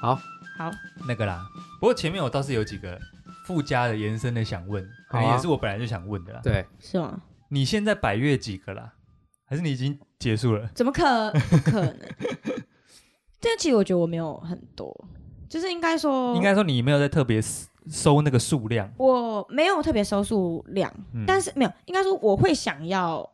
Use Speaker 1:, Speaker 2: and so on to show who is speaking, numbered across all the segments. Speaker 1: 好，
Speaker 2: 好，
Speaker 3: 那个啦。不过前面我倒是有几个附加的延伸的想问，可
Speaker 1: 好
Speaker 3: 能
Speaker 1: 啊
Speaker 3: 也是我本来就想问的啦。
Speaker 1: 对，
Speaker 2: 是吗？
Speaker 3: 你现在百月几个啦？还是你已经结束了？
Speaker 2: 怎么可不可能？ 但其实我觉得我没有很多，就是应该说，
Speaker 3: 应该说你没有在特别 s- 收那个数量，
Speaker 2: 我没有特别收数量，
Speaker 3: 嗯
Speaker 2: 但是没有，应该说我会想要，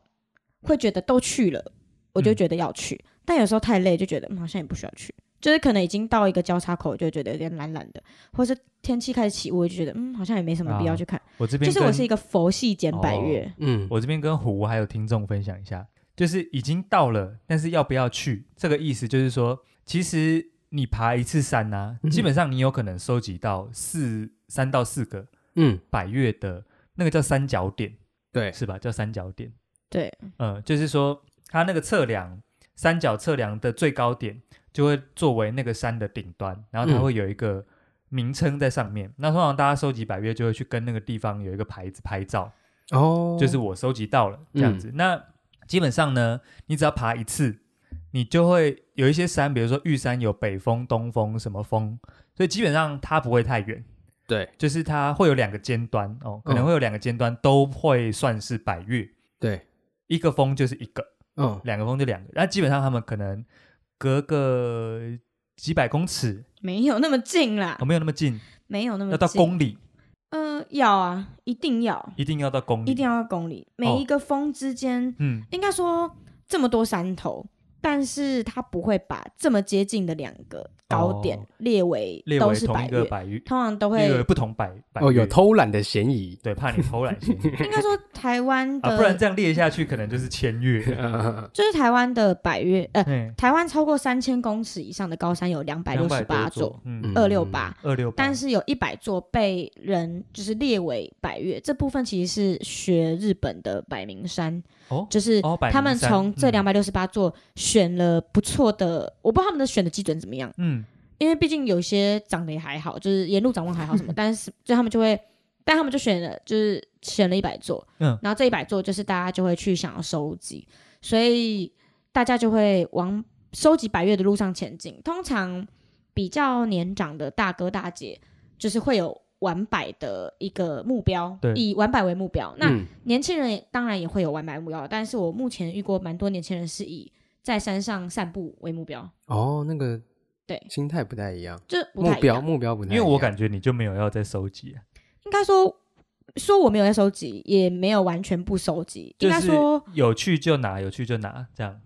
Speaker 2: 会觉得都去了，我就
Speaker 3: 嗯
Speaker 2: 觉得要去，但有时候太累就觉得、嗯、好像也不需要去，就是可能已经到一个交叉口，就觉得有点懒懒的，或是天气开始起雾，我就觉得嗯好像也没什么必要去看，
Speaker 3: 我啊这边
Speaker 2: 就是我
Speaker 3: 跟哦
Speaker 2: 是一个佛系减百月，
Speaker 1: 嗯，
Speaker 3: 我这边跟胡还有听众分享一下，就是已经到了，但是要不要去？这个意思就是说，其实你爬一次山呐、
Speaker 1: 嗯
Speaker 3: 基本上你有可能收集到四三到四个
Speaker 1: 嗯，
Speaker 3: 百越的那个叫三角点，
Speaker 1: 对，
Speaker 3: 是吧？叫三角点。
Speaker 2: 对，
Speaker 3: 嗯，就是说它那个测量三角测量的最高点，就会作为那个山的顶端，然后它
Speaker 1: 嗯
Speaker 3: 会有一个名称在上面。那通常大家收集百越就会去跟那个地方有一个牌子拍照。
Speaker 1: 哦，
Speaker 3: 就是我收集到了这样
Speaker 1: 嗯
Speaker 3: 子。那基本上呢，你只要爬一次，你就会有一些山，比如说玉山有北峰、东峰什么峰，所以基本上它不会太远，
Speaker 1: 对
Speaker 3: 就是它会有两个尖端哦，可能
Speaker 1: 嗯
Speaker 3: 会有两个尖端都会算是百越，
Speaker 1: 对，
Speaker 3: 一个峰就是一个，
Speaker 1: 嗯，
Speaker 3: 两个峰就两个。那基本上他们可能隔个几百公尺，
Speaker 2: 没有那么近啦
Speaker 3: 哦，，没有那么近，
Speaker 2: 没有那么
Speaker 3: 要到
Speaker 2: 近
Speaker 3: 公里，
Speaker 2: 嗯、要啊，一定要，
Speaker 3: 一定要到公里，哦
Speaker 2: 一定要到公里，每一个峰之间。
Speaker 3: 嗯，
Speaker 2: 应该说这么多山头，但是它不会把这么接近的两个高点
Speaker 3: 哦
Speaker 2: 列为
Speaker 3: 列
Speaker 2: 都
Speaker 3: 为
Speaker 2: 是
Speaker 3: 同
Speaker 2: 百
Speaker 3: 一个
Speaker 2: 越，
Speaker 3: 百越，
Speaker 2: 通常都
Speaker 3: 列为
Speaker 2: 会
Speaker 3: 不同百百
Speaker 1: 哦，
Speaker 3: 越
Speaker 1: 有偷懒的嫌 疑，
Speaker 3: 对，怕你偷懒 嫌疑。
Speaker 2: 应该说台湾的，
Speaker 3: 啊，不然这样列下去可能就是签约。
Speaker 2: 就是台湾的百越，呃，
Speaker 3: 嗯，
Speaker 2: 台湾超过三千公尺以上的高山有两百六十八
Speaker 3: 200多
Speaker 2: 座，，
Speaker 3: 嗯，哦
Speaker 2: 二六八。
Speaker 3: 二六八。
Speaker 2: 但是有一百座被人就是列为百越，这部分其实是学日本的百名山，
Speaker 3: 哦
Speaker 2: 就是
Speaker 3: 哦，百
Speaker 2: 他们
Speaker 3: 零三
Speaker 2: 从这
Speaker 3: 嗯
Speaker 2: 两百六十八座选了不错的，我不知道他们的选的基准怎么样。
Speaker 3: 嗯
Speaker 2: 因为毕竟有些长得也还好，就是沿路展望还好 什么，但是就他们就会，但他们就选了，就是选了一百座，
Speaker 3: 嗯
Speaker 2: 然后这一百座就是大家就会去想要收集，所以大家就会往收集百越的路上前进。通常比较年长的大哥大姐就是会有完百的一个目标
Speaker 3: 对，
Speaker 2: 以完百为目标。那
Speaker 1: 嗯
Speaker 2: 年轻人也当然也会有完百目标，但是我目前遇过蛮多年轻人是以在山上散步为目标，
Speaker 1: 哦，那个
Speaker 2: 对
Speaker 1: 心态不太一样，
Speaker 2: 就是不
Speaker 1: 目
Speaker 2: 太一样
Speaker 1: 标目标不太一
Speaker 3: 因
Speaker 1: 样，
Speaker 3: 为我感觉你就没有要再收集啊，
Speaker 2: 应该说说我没有在收集，也没有完全不收集。
Speaker 3: 就
Speaker 2: 应该
Speaker 3: 是
Speaker 2: 说
Speaker 3: 有去就拿，有去就拿，这样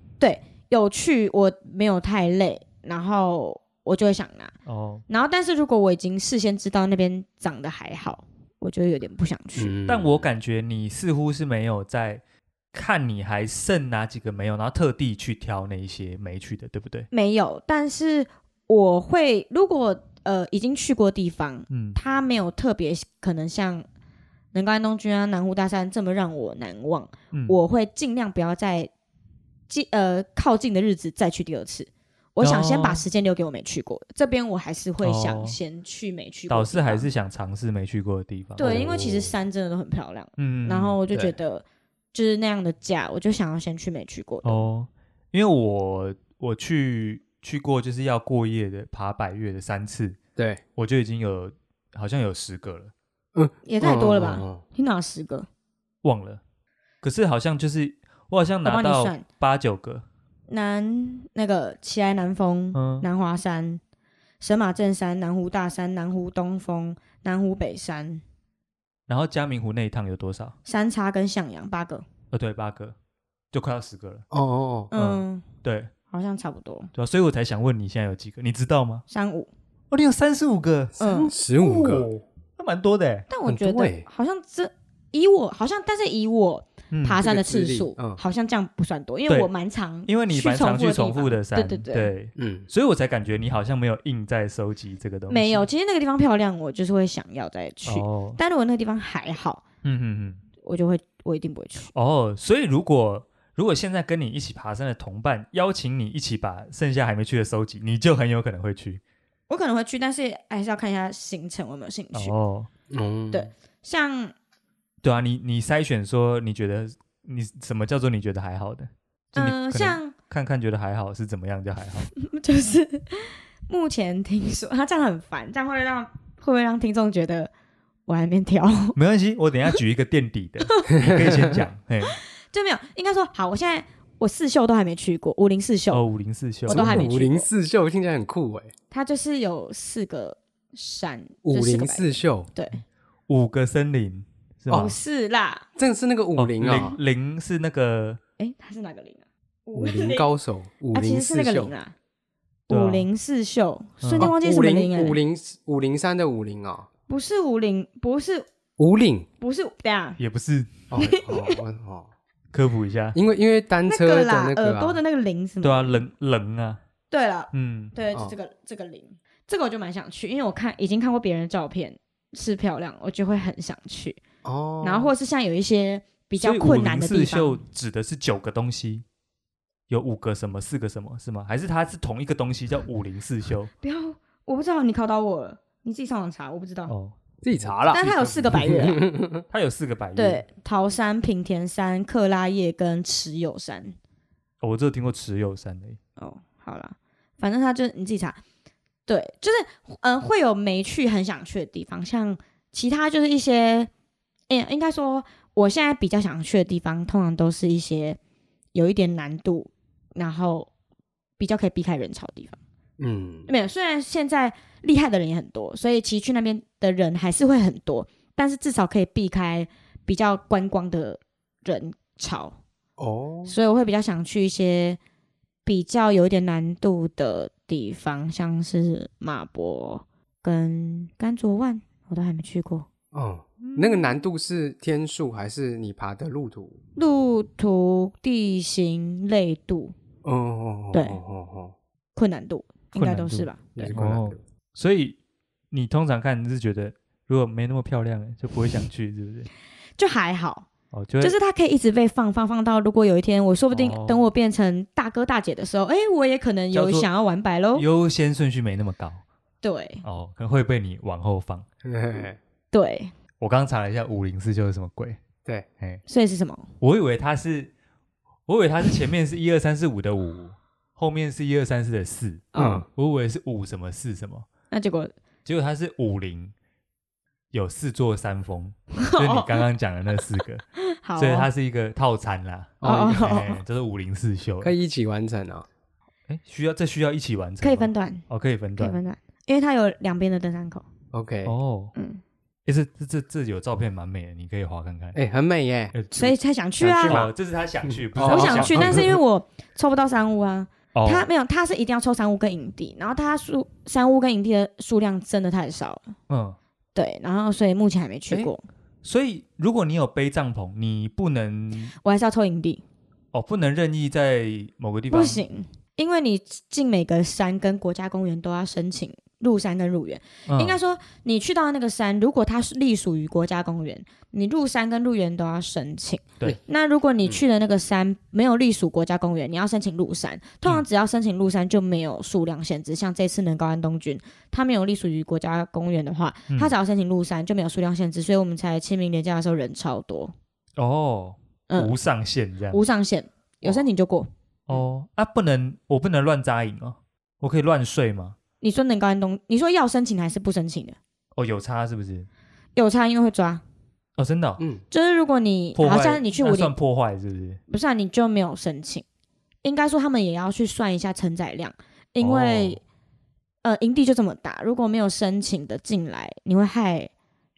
Speaker 2: 有趣，我没有太累，然后我就会想拿。
Speaker 3: 哦。
Speaker 2: 然后，但是如果我已经事先知道那边长得还好，我就有点不想去。
Speaker 1: 嗯，
Speaker 3: 但我感觉你似乎是没有在看你还剩哪几个没有，然后特地去挑那一些没去的，对不对？
Speaker 2: 没有，但是我会如果呃已经去过地方，
Speaker 3: 嗯，
Speaker 2: 它没有特别可能像能高安东军啊、南湖大山这么让我难忘，
Speaker 3: 嗯
Speaker 2: 我会尽量不要在近呃靠近的日子再去第二次。我想先把
Speaker 3: 哦
Speaker 2: 时间留给我没去过的，这边我还是会想
Speaker 3: 哦
Speaker 2: 先去没去过的地方。
Speaker 3: 导师还是想尝试没去过的地方。
Speaker 2: 对，因为
Speaker 1: 哦
Speaker 2: 其实山真的都很漂亮，
Speaker 3: 嗯，嗯
Speaker 2: 然后我就
Speaker 1: 对
Speaker 2: 觉得就是那样的假，我就想要先去没去过的。
Speaker 3: 哦，因为我我去去过就是要过夜的爬百越的三次，
Speaker 1: 对，
Speaker 3: 我就已经有好像有十个了，
Speaker 2: 也太多了吧？
Speaker 1: 嗯？嗯嗯嗯
Speaker 2: 你哪十个？
Speaker 3: 忘了。可是好像就是我好像
Speaker 2: 我
Speaker 3: 拿
Speaker 2: 帮你
Speaker 3: 到
Speaker 2: 算，
Speaker 3: 八九个，
Speaker 2: 南那个奇来南峰、
Speaker 3: 嗯，
Speaker 2: 南华山、神马镇山、南湖大山、南湖东峰、南湖北山、
Speaker 3: 然后嘉明湖那一趟有多少？
Speaker 2: 三叉跟向阳八个。
Speaker 3: 呃，对，八个，就快要十个了。
Speaker 1: 哦哦哦，
Speaker 3: 嗯
Speaker 2: 嗯，
Speaker 3: 对，
Speaker 2: 好像差不多
Speaker 3: 对啊，所以我才想问你现在有几个，你知道吗？
Speaker 2: 三五。
Speaker 3: 哦，你有三十五个，
Speaker 2: 嗯，
Speaker 1: 十五个，
Speaker 3: 哦，那蛮多的欸。
Speaker 2: 但我
Speaker 1: 很
Speaker 2: 觉
Speaker 1: 多
Speaker 2: 得
Speaker 1: 欸
Speaker 2: 好像这以我好像，但是以我
Speaker 3: 嗯
Speaker 2: 爬
Speaker 1: 这
Speaker 2: 山
Speaker 1: 个
Speaker 2: 的
Speaker 1: 资
Speaker 2: 次
Speaker 1: 历
Speaker 2: 数，
Speaker 1: 嗯
Speaker 2: 好像这样不算多，因为
Speaker 3: 对
Speaker 2: 我蛮常
Speaker 3: 因为你蛮常去重复
Speaker 2: 的
Speaker 3: 的山，
Speaker 2: 对对对
Speaker 1: 嗯，
Speaker 3: 所以我才感觉你好像没有硬在收集这个东
Speaker 2: 地方
Speaker 3: 西。
Speaker 2: 没有。其实那个地方漂亮，我就是会想要再去。
Speaker 3: 哦，
Speaker 2: 但如果那个地方还好，
Speaker 3: 嗯嗯嗯。
Speaker 2: 我就会我一定不会去。
Speaker 3: 哦，所以如果如果现在跟你一起爬山的同伴邀请你一起把剩下还没去的收集，你就很有可能会去。
Speaker 2: 我可能会去，但是还是要看一下行程我有没有兴趣。
Speaker 3: 哦，
Speaker 1: 哦，
Speaker 2: 对像
Speaker 3: 对啊，你你筛选说你觉得你什么叫做你觉得还好的？就你
Speaker 2: 嗯、呃
Speaker 3: 可能
Speaker 2: 像
Speaker 3: 看看觉得还好是怎么样就还好。
Speaker 2: 就是目前听说他这样很烦，这样会让会不会让听众觉得我还没挑？
Speaker 3: 没关系，我等一下举一个垫底的，你可以先讲。嘿，
Speaker 2: 就没有，应该说好，我现在我四秀都还没去过，武林四秀，
Speaker 3: 哦，五零四秀
Speaker 2: 我，都还没去过
Speaker 1: 五零四秀听起来很酷哎，
Speaker 2: 它就是有四个山，
Speaker 1: 五
Speaker 2: 就四个
Speaker 1: 零
Speaker 2: 白天
Speaker 1: 四秀，
Speaker 2: 对，
Speaker 3: 五个森林是吗
Speaker 2: 不？是啦，
Speaker 1: 正是那个
Speaker 3: 哦
Speaker 1: 武林啊
Speaker 3: 零，零是那个
Speaker 2: 诶，它是哪个零啊？
Speaker 1: 武林高手，武
Speaker 2: 啊，其
Speaker 1: 林
Speaker 2: 实是
Speaker 1: 四
Speaker 2: 那个
Speaker 1: 秀
Speaker 2: 零，啊，
Speaker 3: 对啊
Speaker 2: 武林四秀，
Speaker 3: 嗯
Speaker 2: 瞬间忘记是
Speaker 1: 啊武
Speaker 2: 什么零
Speaker 1: 林
Speaker 2: 哎
Speaker 1: 武，林武林山的武林啊，
Speaker 2: 不是武林，不是
Speaker 1: 武岭
Speaker 2: 不是，对啊，
Speaker 3: 也不是，
Speaker 1: 哦哦哦哦，
Speaker 3: 科普一下，
Speaker 1: 因为因为单
Speaker 2: 那
Speaker 1: 车
Speaker 2: 个
Speaker 1: 的
Speaker 2: 啦，
Speaker 1: 那个
Speaker 2: 耳朵的
Speaker 1: 啊
Speaker 2: 那个零是吗？
Speaker 3: 对啊，冷冷啊，
Speaker 2: 对了，
Speaker 3: 嗯，
Speaker 2: 对，
Speaker 1: 哦
Speaker 2: 这个这个零，这个我就蛮想去，因为我看已经看过别人的照片，是漂亮，我就会很想去。
Speaker 1: 哦，
Speaker 2: 然后或是像有一些比
Speaker 3: 比
Speaker 2: 较困难的地
Speaker 3: 四秀
Speaker 2: 方，
Speaker 3: 指的是九个东西，有五个什么，四个什么是吗？还是它是同一个东西叫五零四秀？
Speaker 2: 不要，我不知道你考倒我了，你自己上网查，我不知道。
Speaker 3: 哦，
Speaker 1: 自己查了，
Speaker 2: 但它有四个百月 啊，
Speaker 3: 它有四个百
Speaker 2: 对
Speaker 3: 月，，
Speaker 2: 桃山、平田山、克拉叶跟池有山。
Speaker 3: 哦我只有听过持有山的，
Speaker 2: 哦，好啦，反正它就你自己查。对，就是嗯、呃会有没去很想去的地方，像其他就是一些，哎、应该说我现在比较想去的地方，通常都是一些有一点难度，然后比较可以避开人潮的地方。
Speaker 1: 嗯，
Speaker 2: 没有，虽然现在厉害的人也很多，所以其实去那边的人还是会很多，但是至少可以避开比较观光的人潮，
Speaker 1: 哦，
Speaker 2: 所以我会比较想去一些比较有一点难度的地方，像是马博跟甘卓万，我都还没去过。嗯
Speaker 1: 哦，那个难度是天数还是你爬的路途？
Speaker 2: 路途、地形、累度、
Speaker 1: 哦哦，哦
Speaker 2: 对
Speaker 1: 哦哦哦，
Speaker 2: 困难度，应
Speaker 3: 困
Speaker 2: 该
Speaker 3: 难
Speaker 2: 都
Speaker 3: 度
Speaker 2: 是吧？
Speaker 1: 也
Speaker 2: 对
Speaker 1: 是，困难
Speaker 3: 哦
Speaker 1: 度。
Speaker 3: 所以你通常看你是觉得如果没那么漂亮，就不会想去，是不是？
Speaker 2: 就还好，
Speaker 3: 哦，就会
Speaker 2: 就是它可以一直被放放放到，如果有一天我说不定
Speaker 3: 哦
Speaker 2: 等我变成大哥大姐的时候，哎、我也可能
Speaker 3: 叫
Speaker 2: 有
Speaker 3: 做
Speaker 2: 想要玩白喽。
Speaker 3: 优先顺序没那么高
Speaker 2: 对
Speaker 3: 哦，可能会被你往后放。
Speaker 2: 嗯
Speaker 1: 嘿
Speaker 2: 对，
Speaker 3: 我刚查了一下，五零四就是什么鬼？
Speaker 1: 对，
Speaker 3: 哎，
Speaker 2: 所以是什么？
Speaker 3: 我以为它是，我以为它是前面是一二三四五的五，后面是一二三四的四，
Speaker 1: 嗯
Speaker 2: 嗯，
Speaker 3: 我以为是五什么四什么，
Speaker 2: 那结果
Speaker 3: 结果它是五零，有四座 山峰，就是你刚刚讲的那四个，
Speaker 2: 好、哦，
Speaker 3: 所以它是一个套餐啦。
Speaker 2: 哦
Speaker 1: 哦，
Speaker 3: 哎，这是五零四秀，
Speaker 1: 可以一起完成啊。
Speaker 3: 哎，需要这需要一起完成吗，
Speaker 2: 可以分段，
Speaker 3: 哦，可以分
Speaker 2: 可以
Speaker 3: 段
Speaker 2: 分段，因为它有两边的登山口。
Speaker 1: OK，
Speaker 3: 哦。
Speaker 2: 嗯，
Speaker 3: 哎，这这这这有照片蛮美的，你可以划看看。
Speaker 1: 哎，很美耶。
Speaker 3: 哎，
Speaker 2: 所以才想去啊
Speaker 1: 想去。嘛
Speaker 3: 哦，这是他想去，不是
Speaker 1: 哦
Speaker 2: 嗯我
Speaker 3: 他
Speaker 2: 想去，但是因为我抽不到山屋啊。
Speaker 3: 哦
Speaker 2: 他没有，他是一定要抽山屋跟营地，然后他数山屋跟营地的数量真的太少了。
Speaker 3: 嗯，
Speaker 2: 对，然后所以目前还没去
Speaker 3: 诶
Speaker 2: 过，
Speaker 3: 所以如果你有背帐篷，你不能
Speaker 2: 我还是要抽营地，
Speaker 3: 哦，不能任意在某个地方
Speaker 2: 不行，因为你进每个山跟国家公园都要申请入山跟入园。
Speaker 3: 嗯
Speaker 2: 应该说，你去到那个山，如果它是隶属于国家公园，你入山跟入园都要申请。
Speaker 3: 对，
Speaker 2: 那如果你去的那个山没有隶属国家公园，你要申请入
Speaker 3: 嗯
Speaker 2: 山。通常只要申请入山就没有数量限制，像这次能高安东军，它没有隶属于国家公园的话，
Speaker 3: 嗯
Speaker 2: 它只要申请入山就没有数量限制，所以我们才清明年假的时候人超多，
Speaker 3: 哦，
Speaker 2: 嗯
Speaker 3: 无，上限这样
Speaker 2: 无上限，有申请就过。
Speaker 3: 哦啊，不能我不能乱扎营哦，我可以乱睡吗？
Speaker 2: 你说能高安东，你说要申请还是不申请的？
Speaker 3: 哦，有差是不是？
Speaker 2: 有差因为会抓，
Speaker 3: 哦，真的哦
Speaker 1: 嗯，
Speaker 2: 就是如果你
Speaker 3: 破
Speaker 2: 好
Speaker 3: 坏，
Speaker 2: 像你去
Speaker 3: 那
Speaker 2: 五林
Speaker 3: 算破坏是不是？
Speaker 2: 不是啊，你就没有申请。应该说他们也要去算一下承载量，因为、
Speaker 3: 哦
Speaker 2: 呃营地就这么大，如果没有申请的进来，你会害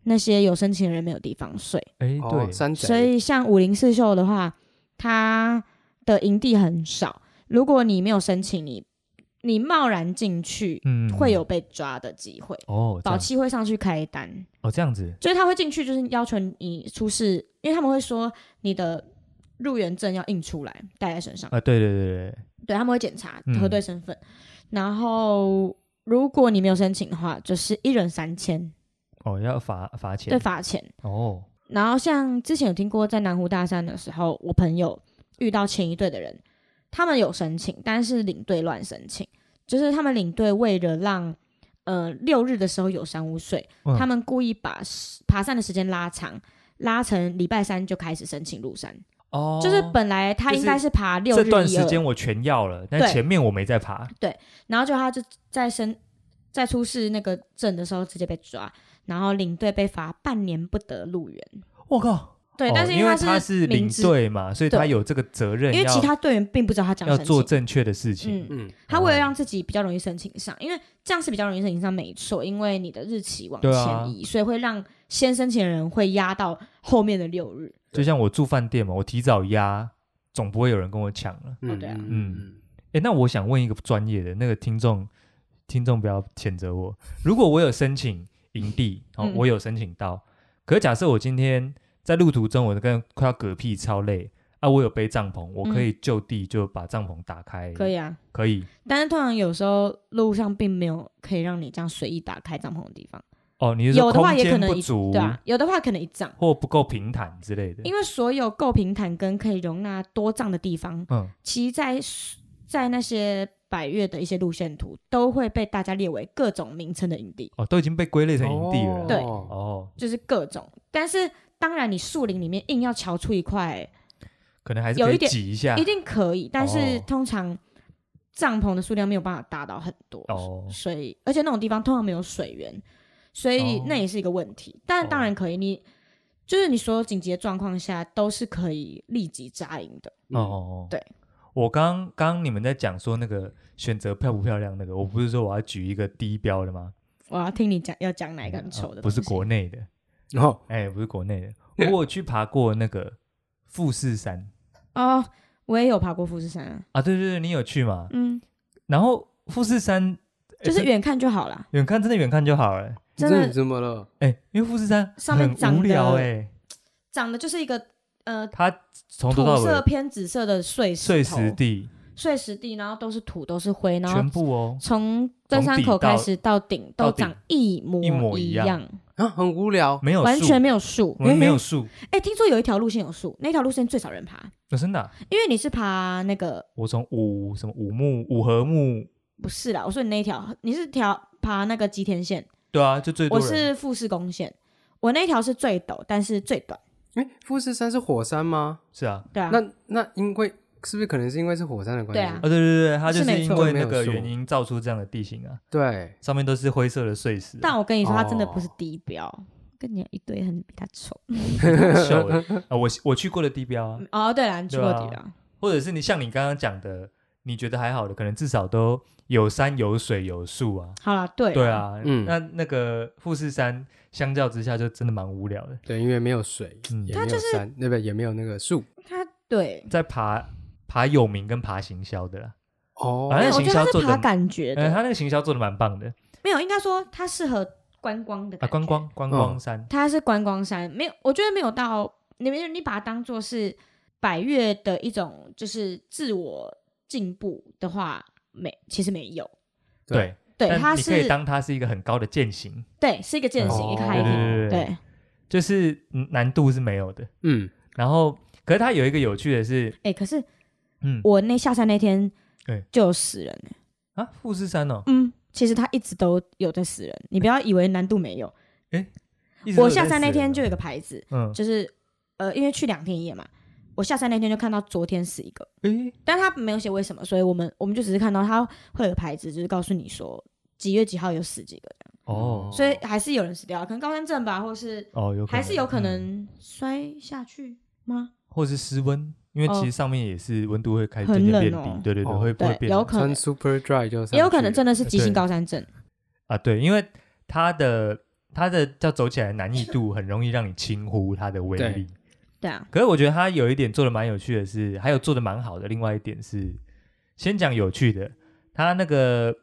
Speaker 2: 那些有申请的人没有地方睡。
Speaker 3: 哎
Speaker 1: 哦
Speaker 3: 对，
Speaker 1: 山
Speaker 2: 所
Speaker 1: 贼，
Speaker 2: 以像五零四秀的话，它的营地很少，如果你没有申请，你你贸然进去、
Speaker 3: 嗯
Speaker 2: 会有被抓的机会，
Speaker 3: 哦这
Speaker 2: 保
Speaker 3: 样
Speaker 2: 期会上去开单。
Speaker 3: 哦这样子
Speaker 2: 就是他会进去，就是要求你出示，因为他们会说你的入园证要印出来带在身上，
Speaker 3: 啊，对对对对，
Speaker 2: 对他们会检查
Speaker 3: 嗯
Speaker 2: 核对身份，然后如果你没有申请的话，就是一人三千，
Speaker 3: 哦要罚罚钱
Speaker 2: 对罚钱。
Speaker 3: 哦，
Speaker 2: 然后像之前有听过，在南湖大山的时候，我朋友遇到前一队的人，他们有申请，但是领队乱申请，就是他们领队为了让呃六日的时候有山屋睡，
Speaker 3: 嗯
Speaker 2: 他们故意把时爬山的时间拉长，拉成礼拜三就开始申请入山。
Speaker 3: 哦，
Speaker 2: 就是本来他应该是爬六日
Speaker 3: 这
Speaker 2: 一
Speaker 3: 段时
Speaker 2: 二
Speaker 3: 间我全要了，但
Speaker 2: 对
Speaker 3: 前面我没在爬。
Speaker 2: 然后就他就在申在出示那个证的时候直接被抓，然后领队被罚半年不得入园。
Speaker 3: 我靠！
Speaker 2: 对，
Speaker 3: 哦
Speaker 2: 但是
Speaker 3: 因
Speaker 2: 为
Speaker 3: 他
Speaker 2: 是
Speaker 3: 领
Speaker 2: 明知，
Speaker 3: 队嘛，所以他
Speaker 2: 对
Speaker 3: 有这个责任
Speaker 2: 因为
Speaker 3: 要，
Speaker 2: 其他队员并不知道他这样
Speaker 3: 要
Speaker 2: 申
Speaker 3: 做
Speaker 2: 请。
Speaker 3: 正确的事情。
Speaker 2: 嗯，
Speaker 1: 嗯，
Speaker 2: 他为了让自己比较容易申请上，因为这样是比较容易申请上，没错，因为你的日期往
Speaker 3: 对
Speaker 2: 前
Speaker 3: 啊
Speaker 2: 移，所以会让先申请的人会压到后面的六日。
Speaker 3: 就像我住饭店嘛，我提早压，总不会有人跟我抢了。
Speaker 1: 嗯
Speaker 2: 哦对啊
Speaker 1: 嗯
Speaker 3: 诶，那我想问一个专业的那个听众，听众不要谴责我。如果我有申请营地，哦，
Speaker 2: 嗯
Speaker 3: 我有申请到，可是假设我今天在路途中，我跟快要嗝屁超累啊，我有背帐篷，我可以就地就把帐篷打开，
Speaker 2: 嗯可以啊，
Speaker 3: 可以
Speaker 2: 但是通常有时候路上并没有可以让你这样随意打开帐篷的地方。
Speaker 3: 哦，你是说
Speaker 2: 有的话
Speaker 3: 空
Speaker 2: 也
Speaker 3: 间
Speaker 2: 可能
Speaker 3: 不
Speaker 2: 一
Speaker 3: 足，
Speaker 2: 对啊，有的话可能一丈，
Speaker 3: 或不够平坦之类的，
Speaker 2: 因为所有够平坦跟可以容纳多丈的地方，
Speaker 3: 嗯，
Speaker 2: 其实在在那些百越的一些路线图都会被大家列为各种名称的营地，
Speaker 3: 哦，都已经被归类成营地了，
Speaker 2: 对
Speaker 1: 哦
Speaker 3: 哦，
Speaker 2: 就是各种。但是当然，你树林里面硬要瞧出一块，
Speaker 3: 可能还是
Speaker 2: 有
Speaker 3: 可以
Speaker 2: 一点
Speaker 3: 挤一下，
Speaker 2: 一定可以，但是
Speaker 3: 啊哦
Speaker 2: 通常帐篷的数量没有办法达到很多，
Speaker 3: 哦
Speaker 2: 所以而且那种地方通常没有水源，所以
Speaker 3: 哦
Speaker 2: 那也是一个问题。但当然可以，你就是你所有紧急的状况下都是可以立即扎营的。
Speaker 1: 嗯
Speaker 3: 哦哦，哦
Speaker 2: 对。
Speaker 3: 我刚刚你们在讲说那个选择漂不漂亮那个，我不是说我要举一个低标的吗？
Speaker 2: 我要听你讲要讲哪一个很丑的、
Speaker 3: 啊不是国，内的，
Speaker 1: 然后
Speaker 3: 哎，不是国内的，我有去爬过那个富士山
Speaker 2: 哦，我也有爬过富士山、啊，
Speaker 3: 啊，对对对，你有去吗？
Speaker 2: 嗯，
Speaker 3: 然后富士山哎
Speaker 2: 就是
Speaker 3: 这
Speaker 2: 远看就好啦。
Speaker 3: 远看，真的远看就好了，
Speaker 1: 这
Speaker 2: 真的
Speaker 1: 你怎么了？
Speaker 3: 哎，因为富士山
Speaker 2: 上面
Speaker 3: 很
Speaker 2: 长
Speaker 3: 无聊
Speaker 2: 得
Speaker 3: 哎，
Speaker 2: 长得就是一个呃
Speaker 3: 它从头到
Speaker 2: 土色
Speaker 3: 尾
Speaker 2: 偏紫色的碎石
Speaker 3: 碎
Speaker 2: 头
Speaker 3: 石地
Speaker 2: 碎石地，然后都是土，都是灰，然
Speaker 3: 全
Speaker 2: 后
Speaker 3: 部哦，
Speaker 2: 从登山口开始到顶
Speaker 3: 到
Speaker 2: 都
Speaker 3: 顶
Speaker 2: 长一
Speaker 3: 一模
Speaker 2: 模
Speaker 3: 一样
Speaker 2: 样，
Speaker 1: 啊，很无聊。
Speaker 3: 没有
Speaker 2: 完
Speaker 3: 树
Speaker 2: 全没有树
Speaker 3: 我。们没有树，
Speaker 2: 哎、听说有一条路线有树，那条路线最少人爬，
Speaker 3: 那真的啊，
Speaker 2: 因为你是爬那个
Speaker 3: 我从五什么五木五合木，
Speaker 2: 不是啦，我说你那一条你是条爬那个吉田线，
Speaker 3: 对啊，就最多
Speaker 2: 我
Speaker 3: 人。
Speaker 2: 是富士宫线，我那条是最陡，但是最短，
Speaker 3: 嗯
Speaker 1: 哎，富士山是火山吗？
Speaker 3: 是啊，
Speaker 2: 对啊，
Speaker 1: 那那因为是不是可能是因为是火山的关系？
Speaker 2: 对啊
Speaker 3: 啊对对对，它就是是
Speaker 2: 没
Speaker 3: 因
Speaker 2: 错
Speaker 3: 为
Speaker 1: 没
Speaker 3: 那
Speaker 1: 有
Speaker 3: 个
Speaker 1: 树
Speaker 3: 原因造出这样的地形啊，
Speaker 1: 对，
Speaker 3: 上面都是灰色的碎石啊，
Speaker 2: 但我跟你说，他真的
Speaker 1: 哦
Speaker 2: 不是低标，跟你讲一堆很比他丑。
Speaker 3: 秀的啊，我我去过的地标啊，
Speaker 2: 哦，对了，你去
Speaker 3: 对
Speaker 2: 过
Speaker 3: 啊
Speaker 2: 低标，
Speaker 3: 或者是你像你刚刚讲的，你觉得还好的，可能至少都有山有水有树啊，
Speaker 2: 好了，对，
Speaker 3: 对，啊，
Speaker 1: 嗯
Speaker 3: 那那个富士山相较之下就真的蛮无聊的，
Speaker 1: 对，因为没有水，
Speaker 3: 嗯
Speaker 1: 也没有山，那边也没有那个树。
Speaker 3: 啊
Speaker 2: 他对，
Speaker 3: 在爬爬有名跟爬行销的啦，
Speaker 1: 哦，
Speaker 3: 反
Speaker 2: 没
Speaker 3: 正
Speaker 2: 有我
Speaker 3: 行
Speaker 2: 觉得
Speaker 3: 销
Speaker 2: 他
Speaker 3: 做
Speaker 2: 是
Speaker 3: 得
Speaker 2: 爬
Speaker 3: 很
Speaker 2: 感觉
Speaker 3: 嗯，
Speaker 2: 的，
Speaker 3: 他那个行销做的蛮棒的
Speaker 2: 没有，应该说他适合观光的
Speaker 3: 啊，
Speaker 2: 感觉
Speaker 3: 观，光观光山，
Speaker 2: 它是观光山，没有，我觉得没有到你们你把它当做是百越的一种就是自我进步的话，没，其实没有，
Speaker 1: 对
Speaker 3: 对，
Speaker 2: 对，它
Speaker 3: 但你可以
Speaker 2: 是
Speaker 3: 当它是一个很高的践行，
Speaker 2: 对是一个践行，
Speaker 1: 哦
Speaker 2: 一个
Speaker 1: 对对
Speaker 2: hiking，
Speaker 3: 对对
Speaker 2: 对，
Speaker 3: 就是嗯难度是没有的。
Speaker 1: 嗯，
Speaker 3: 然后，可是它有一个有趣的是，
Speaker 2: 哎，可是
Speaker 3: 嗯
Speaker 2: 我那下山那天
Speaker 3: 对
Speaker 2: 就有死人了。
Speaker 3: 啊，富士山哦，
Speaker 2: 嗯，其实他一直都有在死人，你不要以为难度没有。
Speaker 3: 一直都
Speaker 2: 我
Speaker 3: 有在
Speaker 2: 下山那
Speaker 3: 死
Speaker 2: 天
Speaker 3: 人哦
Speaker 2: 就有一个牌子，
Speaker 3: 嗯，
Speaker 2: 就是呃，因为去两天一夜嘛，我下山那天就看到昨天死一个，
Speaker 3: 诶，
Speaker 2: 但他没有写为什么，所以我们我们就只是看到他会有个牌子，就是告诉你说几月几号有死几个，
Speaker 3: 哦
Speaker 2: 所以还是有人死掉，可能高山症吧，或是
Speaker 3: 哦，有可
Speaker 2: 还
Speaker 3: 能
Speaker 2: 是有可
Speaker 3: 嗯
Speaker 2: 能摔下去吗？
Speaker 3: 或是失温，因为
Speaker 2: 哦
Speaker 3: 其实上面也是温度会开始
Speaker 2: 很
Speaker 3: 渐渐变
Speaker 2: 冷
Speaker 3: 低
Speaker 2: 哦，
Speaker 3: 对对对，
Speaker 1: 哦
Speaker 3: 会会
Speaker 2: 对，
Speaker 3: 变
Speaker 2: 有
Speaker 3: 冷
Speaker 2: 可
Speaker 1: 穿
Speaker 2: 能，
Speaker 1: Super Dry 就上去
Speaker 2: 也有可能真
Speaker 1: 了
Speaker 2: 的是急
Speaker 3: 呃对
Speaker 2: 性高山症。
Speaker 3: 啊，对，因为它的它的叫走起来的难易度很容易让你轻忽它的威
Speaker 1: 对
Speaker 3: 力。
Speaker 2: 对啊，
Speaker 3: 可是我觉得它有一点做的蛮有趣的是，还有做的蛮好的。另外一点是，先讲有趣的，它那个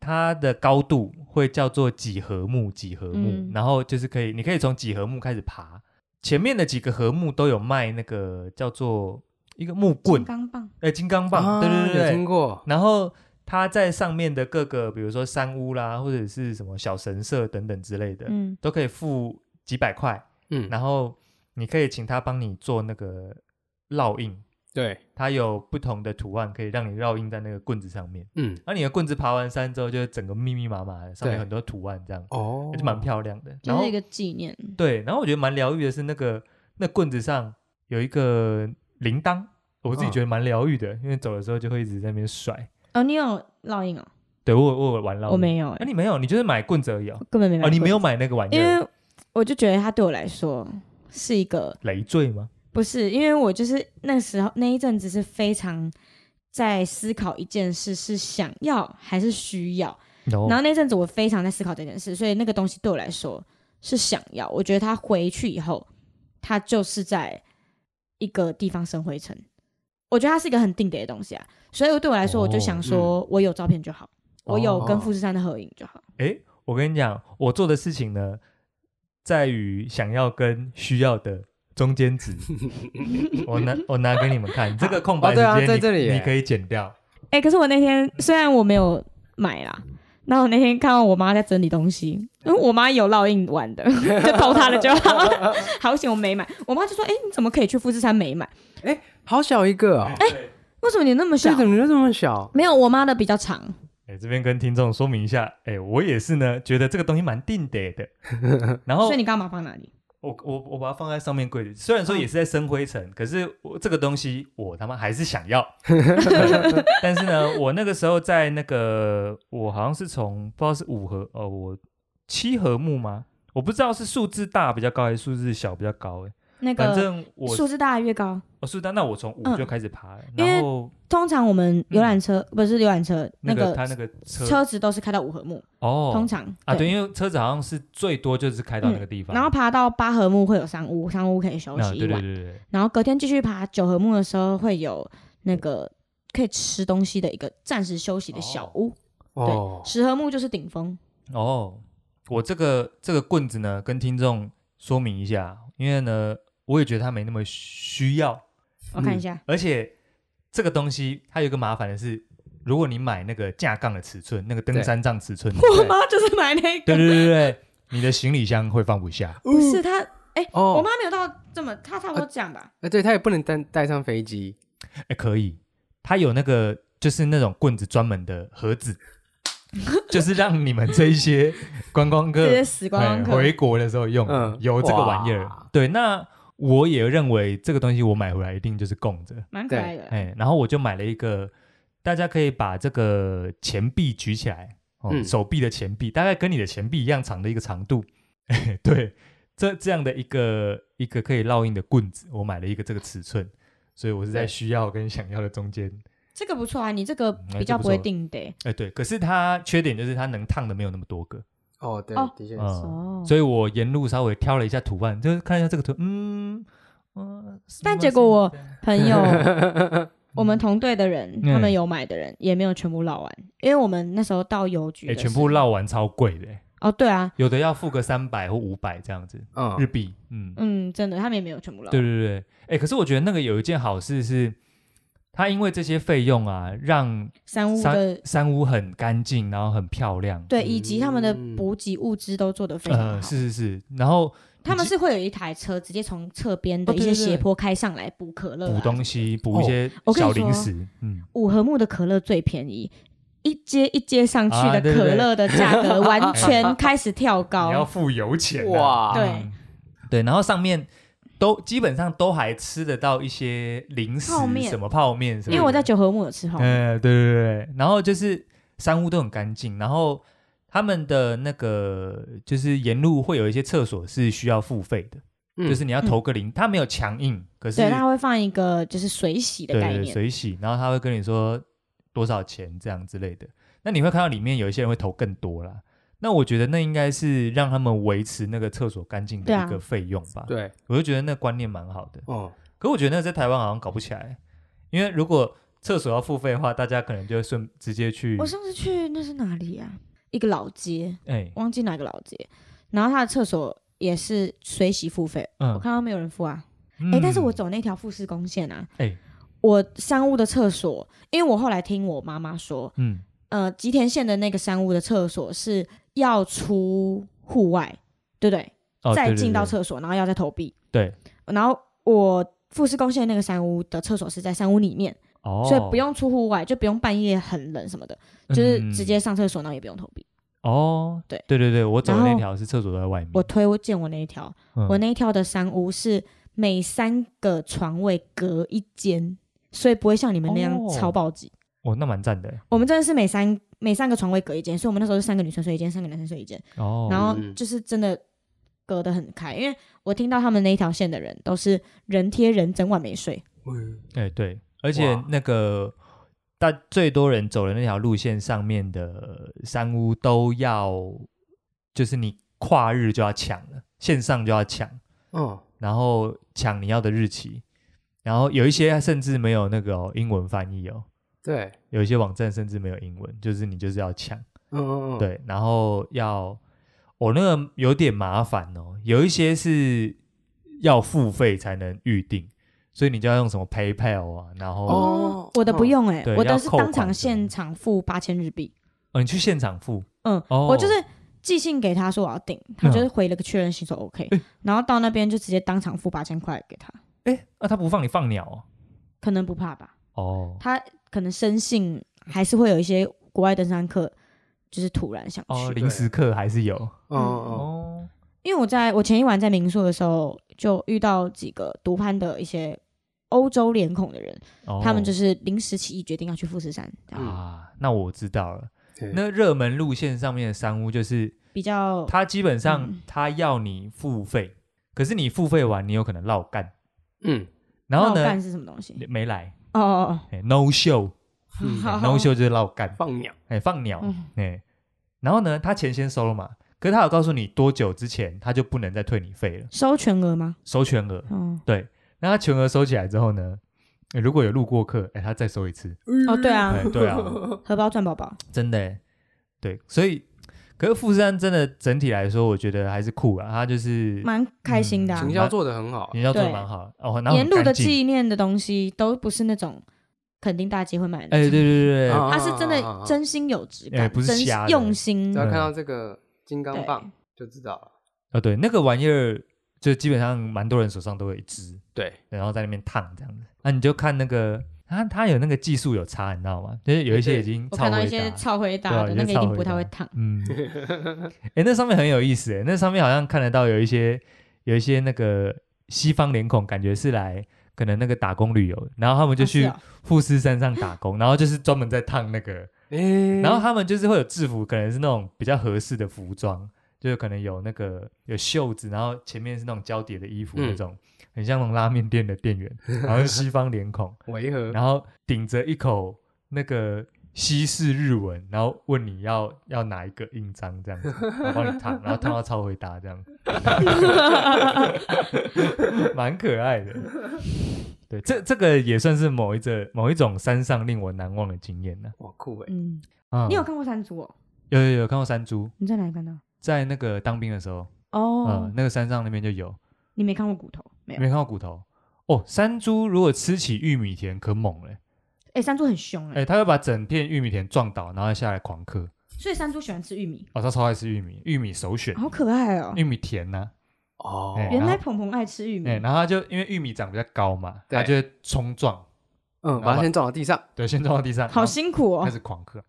Speaker 3: 它的高度会叫做几何木，几何木，
Speaker 2: 嗯
Speaker 3: 然后就是可以，你可以从几何木开始爬，前面的几个和木都有卖那个叫做一个木
Speaker 2: 金
Speaker 3: 棍，
Speaker 2: 刚棒，
Speaker 3: 哎，金刚棒，对
Speaker 1: 啊
Speaker 3: 对对
Speaker 1: 有
Speaker 3: 对
Speaker 1: 听过，
Speaker 3: 然后它在上面的各个，比如说山屋啦，或者是什么小神社等等之类的，
Speaker 2: 嗯，
Speaker 3: 都可以付几百块，
Speaker 1: 嗯，
Speaker 3: 然后你可以请他帮你做那个烙印，
Speaker 1: 对，
Speaker 3: 它有不同的图案可以让你烙印在那个棍子上面。
Speaker 1: 嗯，
Speaker 3: 而你的棍子爬完山之后，就整个密密麻麻的，上面
Speaker 1: 对
Speaker 3: 很多图案，这样
Speaker 1: 哦，
Speaker 3: 就蛮漂亮的。
Speaker 2: 就
Speaker 3: 然后
Speaker 2: 是一个纪念。
Speaker 3: 对，然后我觉得蛮疗愈的是那个那棍子上有一个铃铛，我自己
Speaker 1: 嗯
Speaker 3: 觉得蛮疗愈的，因为走的时候就会一直在那边甩。
Speaker 2: 哦，你有烙印哦？
Speaker 3: 对我有我有玩到，
Speaker 2: 我没有、
Speaker 3: 那、
Speaker 2: 欸，
Speaker 3: 啊你没有，你就是买棍子而已哦。
Speaker 2: 根本没买
Speaker 3: 哦，你
Speaker 2: 过
Speaker 3: 没有，买那个玩意
Speaker 2: 因
Speaker 3: 儿，
Speaker 2: 为我就觉得它对我来说是一个
Speaker 3: 累赘吗？
Speaker 2: 不是，因为我就是那时候那一阵子是非常在思考一件事，是想要还是需要。
Speaker 3: 然
Speaker 2: 然后那阵子我非常在思考这件事，所以那个东西对我来说是想要。我觉得他回去以后，他就是在一个地方生灰尘。我觉得它是一个很定点的东西啊，所以对我来说，
Speaker 3: 哦
Speaker 2: 我就想说，我有照片就好，我有跟富士山的合影就好。
Speaker 3: 诶，我跟你讲，我做的事情呢，在于想要跟需要的中间 值。我拿我拿给你们看，这个空白
Speaker 1: 哦
Speaker 3: 时
Speaker 1: 对啊
Speaker 3: 间你、
Speaker 1: 在这里耶
Speaker 3: 你可以剪掉。
Speaker 2: 哎、可是我那天虽然我没有买啦，然后我那天看到我妈在整理东西，因为我妈有烙印玩的， 就偷她的就好。 好险我没买，我妈就说：“哎、你怎么可以去富士山没买？
Speaker 1: 好小一个哦，
Speaker 2: 为什么你那哎么小
Speaker 1: 这？”怎么就这么小？
Speaker 2: 没有，我妈的比较长。
Speaker 3: 哎，这边跟听众说明一下，哎，我也是呢，觉得这个东西蛮定得 的。然后
Speaker 2: 所以你刚刚把它放哪里？
Speaker 3: 我我我把它放在上面柜子，
Speaker 2: 嗯
Speaker 3: 虽然说也是在生灰尘，可是我这个东西我他妈还是想 要。但是呢，我那个时候在那个，我好像是从不知道是五合哦，我七合木吗？我不知道是数字大比较高还是数字小比较高哎，
Speaker 2: 那个
Speaker 3: 反正我
Speaker 2: 数字大的越高，
Speaker 3: 哦数字大，那我从五
Speaker 2: 嗯
Speaker 3: 就开始爬了，
Speaker 2: 因为
Speaker 3: 然后
Speaker 2: 通常我们游览车、不是游览车，
Speaker 3: 嗯那
Speaker 2: 个
Speaker 3: 他那个车
Speaker 2: 车子都是开到五合目，
Speaker 3: 哦
Speaker 2: 通常
Speaker 3: 啊对，因为车子好像是最多就是开到那个地
Speaker 2: 嗯
Speaker 3: 方，
Speaker 2: 然后爬到八合目会有山屋，山屋可以休
Speaker 3: 那
Speaker 2: 息一
Speaker 3: 啊对对
Speaker 2: 晚，
Speaker 3: 对对，
Speaker 2: 然后隔天继续爬九合目的时候会有那个可以吃东西的一个暂时休息的小屋，
Speaker 1: 哦，
Speaker 2: 十合目就是顶峰。
Speaker 3: 哦，我这个这个棍子呢，跟听众说明一下，因为呢，我也觉得它没那么需要，
Speaker 2: 我
Speaker 3: 嗯
Speaker 2: 看一下，
Speaker 3: 而且这个东西它有一个麻烦的是，如果你买那个架杠的尺寸，那个登
Speaker 1: 对
Speaker 3: 山杖尺寸，
Speaker 2: 我妈就是买那
Speaker 3: 对
Speaker 2: 个，
Speaker 3: 对对对，你的行李箱会放不下。
Speaker 2: 不是她，哎、
Speaker 1: 哦
Speaker 2: 我妈没有到这么，她差不多这样吧。
Speaker 1: 呃，对，它也不能带带上飞机，
Speaker 3: 哎，可以，它有那个就是那种棍子专门的盒子，就是让你们这一些观光
Speaker 2: 这
Speaker 3: 客
Speaker 2: 些死观光
Speaker 3: 哎
Speaker 2: 客，
Speaker 3: 回国的时候用的，
Speaker 1: 嗯
Speaker 3: 有这个玩意儿
Speaker 1: 哇。
Speaker 3: 对，那我也认为这个东西我买回来一定就是供着，
Speaker 2: 蛮可爱的啦。
Speaker 3: 哎，然后我就买了一个，大家可以把这个钱币举起来，哦，
Speaker 1: 嗯
Speaker 3: 手臂的钱币大概跟你的钱币一样长的一个长度， 哎，对，这这样的一个一个可以烙印的棍子，我买了一个这个尺寸。所以我是在
Speaker 1: 对
Speaker 3: 需要跟想要的中间，
Speaker 2: 这个不错啊，你这个
Speaker 3: 哎
Speaker 2: 比较
Speaker 3: 这不
Speaker 2: 不会
Speaker 3: 错
Speaker 2: 定的、
Speaker 3: 哎，对，可是它缺点就是它能烫的没有那么多个，
Speaker 1: 哦，对，
Speaker 2: 哦
Speaker 1: 的确是，
Speaker 3: 嗯，
Speaker 2: 哦
Speaker 3: 所以我沿路稍微挑了一下图案，就是看一下这个图，嗯嗯，
Speaker 2: 但结果我 朋友， 我们
Speaker 3: 嗯
Speaker 2: 同队的人，
Speaker 3: 嗯
Speaker 2: 他们有买的人也没有全部绕完，因为我们那时候到邮局
Speaker 3: 哎、
Speaker 2: 的时候，
Speaker 3: 全部绕完超贵的、
Speaker 2: 哦，对啊，
Speaker 3: 有的要付个三百或五百这样子
Speaker 1: 嗯
Speaker 3: 日币，嗯，
Speaker 2: 嗯，真的，他们也没有全部绕
Speaker 3: 对。对对，哎、可是我觉得那个有一件好事是，它因为这些费用啊，让
Speaker 2: 山屋
Speaker 3: 山
Speaker 2: 的
Speaker 3: 山屋很干净，然后很漂亮，
Speaker 2: 对，
Speaker 1: 嗯
Speaker 2: 以及他们的补给物资都做得非常好。
Speaker 3: 呃，是是是，然后
Speaker 2: 他们是会有一台车直接从侧边的
Speaker 3: 哦
Speaker 2: 一
Speaker 3: 对
Speaker 2: 些
Speaker 3: 对
Speaker 2: 斜
Speaker 3: 对
Speaker 2: 坡开上来补可乐、啊，
Speaker 3: 补东。西，补一
Speaker 1: 哦
Speaker 3: 些
Speaker 2: 我跟你
Speaker 3: 小
Speaker 2: 说
Speaker 3: 零食，嗯，
Speaker 2: 五合目的可乐最便宜，一阶一阶上去
Speaker 3: 啊
Speaker 2: 的
Speaker 3: 对对对
Speaker 2: 可乐的价 格完全开始跳高。
Speaker 3: 你要付油钱、啊，
Speaker 1: 哇，
Speaker 2: 对
Speaker 3: 嗯对，然后上面都基本上都还吃得到一些零食，
Speaker 2: 泡面
Speaker 3: 什么泡面什么的。
Speaker 2: 因为我在九合目有吃泡面，
Speaker 3: 嗯，对对对对，然后就是山屋都很干净，然后他们的那个就是沿路会有一些厕所是需要付费的，
Speaker 1: 嗯
Speaker 3: 就是你要投个零，他没有强硬，可是
Speaker 2: 对，他会放一个就是水洗的
Speaker 3: 对
Speaker 2: 概
Speaker 3: 对
Speaker 2: 念。
Speaker 3: 对水洗，然后他会跟你说多少钱这样之类的。那你会看到里面有一些人会投更多啦。那我觉得那应该是让他们维持那个厕所干净的
Speaker 2: 对啊
Speaker 3: 一个费用吧。
Speaker 1: 对，
Speaker 3: 我就觉得那观念蛮好的。
Speaker 1: 哦，
Speaker 3: 可我觉得那在台湾好像搞不起来，因为如果厕所要付费的话，大家可能就会顺直接去
Speaker 2: 我，上次去那是哪里啊？一个老街，
Speaker 3: 哎，
Speaker 2: 忘记哪个老街。然后它的厕所也是水洗付费，我
Speaker 3: 嗯，
Speaker 2: 看到没有人付啊。
Speaker 3: 哎
Speaker 2: 哎、但是我，走那条富士宫线啊，
Speaker 3: 哎，
Speaker 2: 我山屋的厕所，因为我后来听我妈妈说，
Speaker 3: 嗯，
Speaker 2: 呃，吉田县的那个山屋的厕所是要出户外，对不对？
Speaker 3: 哦
Speaker 2: 再
Speaker 3: 对对
Speaker 2: 进到
Speaker 3: 对
Speaker 2: 厕所，然后要再投币。
Speaker 3: 对，
Speaker 2: 然后我富士宫线那个山屋的厕所是在山屋里面，
Speaker 3: 哦，
Speaker 2: 所以不用出户外，就不用半夜很冷什么的，就是直接上厕所，然后也不用投币。
Speaker 3: 嗯哦，
Speaker 2: 对
Speaker 3: 对对对，我走的
Speaker 2: 然
Speaker 3: 那
Speaker 2: 后
Speaker 3: 条是厕所都在外面，
Speaker 2: 我推荐我那一条，
Speaker 3: 嗯
Speaker 2: 我那一条的山屋是每三个床位隔一间，所以不会像你们那样
Speaker 3: 哦
Speaker 2: 超暴挤。
Speaker 3: 哦，那蛮赞的
Speaker 2: 我们真的是每三每三个床位隔一间，所以我们那时候是三个女生睡一间，三个男生睡一间，
Speaker 3: 哦。
Speaker 2: 然后
Speaker 1: 嗯
Speaker 2: 就是真的隔得很开。因为我听到他们那一条线的人都是人贴人，整晚没睡。
Speaker 1: 嗯
Speaker 3: 哎、对，而且
Speaker 1: 哇
Speaker 3: 那个大最多人走的那条路线上面的山屋都要，就是你跨日就要抢了，线上就要抢，
Speaker 1: 哦，
Speaker 3: 然后抢你要的日期，然后有一些甚至没有那个哦、英文翻译哦，
Speaker 1: 对，
Speaker 3: 有一些网站甚至没有英文，就是你就是要抢，
Speaker 1: 嗯嗯嗯，，
Speaker 3: 对，然后要我、那个有点麻烦哦，有一些是要付费才能预定，所以你就要用什么 PayPal 啊，然后。
Speaker 1: 哦
Speaker 2: 我的不用哎、
Speaker 3: 对
Speaker 2: 我
Speaker 3: 要
Speaker 2: 的是
Speaker 3: 扣
Speaker 2: 当
Speaker 3: 款
Speaker 2: 场
Speaker 3: 的
Speaker 2: 现场付八千日币。
Speaker 3: 哦，你去现场付，
Speaker 2: 嗯，
Speaker 3: 哦嗯
Speaker 2: 我就是寄信给他说我要订，他就是回了个确认信说 OK，、
Speaker 3: 诶
Speaker 2: 然后到那边就直接当场付八千块给他，
Speaker 3: 哎，啊，他不放你放鸟哦，
Speaker 2: 可能不怕吧？
Speaker 3: 哦，
Speaker 2: 他可能深信还是会有一些国外登山客就是突然想去，
Speaker 3: 哦，临时客还是有
Speaker 2: 嗯
Speaker 1: 哦哦
Speaker 3: 哦，
Speaker 2: 因为我在我前一晚在民宿的时候就遇到几个独攀的一些欧洲脸孔的人，
Speaker 3: 哦
Speaker 2: 他们就是临时起意决定要去富士山，这样
Speaker 3: 啊，那我知道了。
Speaker 1: 对
Speaker 3: 那热门路线上面的山屋，就是
Speaker 2: 比较
Speaker 3: 它基本上
Speaker 2: 嗯
Speaker 3: 它要你付费，可是你付费完，你有可能落干，
Speaker 1: 嗯
Speaker 3: 然后
Speaker 2: 冒
Speaker 3: 呢
Speaker 2: 干是什么东西？
Speaker 3: 没来
Speaker 2: 哦哦
Speaker 3: 哎，no show，no
Speaker 1: 嗯
Speaker 2: 哦，
Speaker 3: show 就是落干，
Speaker 1: 放鸟，
Speaker 3: 哎，放鸟
Speaker 2: 嗯
Speaker 3: 哎，然后呢，他钱先收了嘛，可是他有告诉你多久之前他就不能再退你费了，
Speaker 2: 收全额吗？
Speaker 3: 收全额，
Speaker 2: 嗯，
Speaker 3: 对，那他全额收起来之后呢，呃如果有路过客，哎，他再收一次。
Speaker 2: 哦对啊
Speaker 3: 哎， 对啊，
Speaker 2: 荷包赚宝宝。
Speaker 3: 真的耶，对，所以，可是富士山真的整体来说，我觉得还是酷啊，它就是
Speaker 2: 蛮开心的、啊
Speaker 3: 嗯
Speaker 1: 行销做的很好，
Speaker 3: 营销做的
Speaker 2: 对
Speaker 3: 蛮好的哦，然后
Speaker 2: 沿路的
Speaker 3: 记，
Speaker 2: 纪念的东西都不是那种肯定大街会买的，
Speaker 3: 哎，对对对对，
Speaker 2: 它是真
Speaker 1: 啊
Speaker 2: 的真心有质感，
Speaker 3: 哎不是
Speaker 2: 真心
Speaker 3: 瞎的
Speaker 2: 用心
Speaker 1: 只要
Speaker 3: 对
Speaker 1: 看到这个金刚
Speaker 2: 对
Speaker 1: 棒就知道了，
Speaker 3: 哦对，那个玩意儿就基本上蛮多人手上都有一只，
Speaker 1: 对，
Speaker 3: 然后在那边烫这样子，啊那你就看那个，它它有那个技术有差，你知道吗？就是有一些已经
Speaker 2: 我
Speaker 3: 超
Speaker 2: 看到
Speaker 3: 伟
Speaker 2: 一些
Speaker 3: 大。
Speaker 2: 超回答的
Speaker 3: 对啊
Speaker 2: 那个
Speaker 3: 有些
Speaker 2: 一
Speaker 3: 超
Speaker 2: 定
Speaker 3: 回
Speaker 2: 不太
Speaker 3: 答
Speaker 2: 会烫，
Speaker 3: 嗯，哎、那上面很有意思哎，那上面好像看得到有一些有一些那个西方脸孔，感觉是来可能那个打工旅游，然后他们就
Speaker 2: 啊
Speaker 3: 去
Speaker 2: 是哦
Speaker 3: 富士山上打工，然后就是专门在烫那个，
Speaker 1: 哎，
Speaker 2: 嗯
Speaker 3: 然后他们就是会有制服，可能是那种比较合适的服装，就是可能有那个有袖子，然后前面是那种交叠的衣服
Speaker 1: 嗯
Speaker 3: 那种，很像那种拉面店的店员，然后是西方脸孔，
Speaker 1: 维和，
Speaker 3: 然后顶着一口那个西式日文，然后问你要要哪一个印章这样子，我帮你烫，然后烫到超回答这样，蛮可爱的。对，这这个也算是某一个某一种山上令我难忘的经验呢、
Speaker 1: 哇酷哎，
Speaker 2: 嗯，
Speaker 3: 啊。
Speaker 2: 你有看过山猪哦？
Speaker 3: 有有有看过山猪，
Speaker 2: 你在哪里看到？
Speaker 3: 在那个当兵的时候，
Speaker 2: 哦
Speaker 3: 嗯，，那个山上那边就有，
Speaker 2: 你没看过骨头？没有。
Speaker 3: 没看到骨头。哦，山猪如果吃起玉米田可猛了、
Speaker 2: 哎，山猪很凶
Speaker 3: 哎、
Speaker 2: 哎，
Speaker 3: 它会把整片玉米田撞倒，然后下来狂嗑。
Speaker 2: 所以山猪喜欢吃玉米，
Speaker 3: 哦，他超爱吃玉米，玉米首选，
Speaker 2: 好可爱哦
Speaker 3: 玉。米甜呐、
Speaker 1: 哦，
Speaker 3: 哎
Speaker 2: 原
Speaker 3: 然
Speaker 2: 来
Speaker 3: 后
Speaker 2: 鹏鹏爱吃玉米
Speaker 3: 哎、，然后他就因为玉米长比较高嘛，他
Speaker 1: 对
Speaker 3: 就会冲撞，
Speaker 1: 嗯，把它先撞到地上，
Speaker 3: 对，先撞到地上，
Speaker 2: 好
Speaker 3: 然后
Speaker 2: 辛苦
Speaker 3: 开
Speaker 2: 哦。
Speaker 3: 始狂嗑，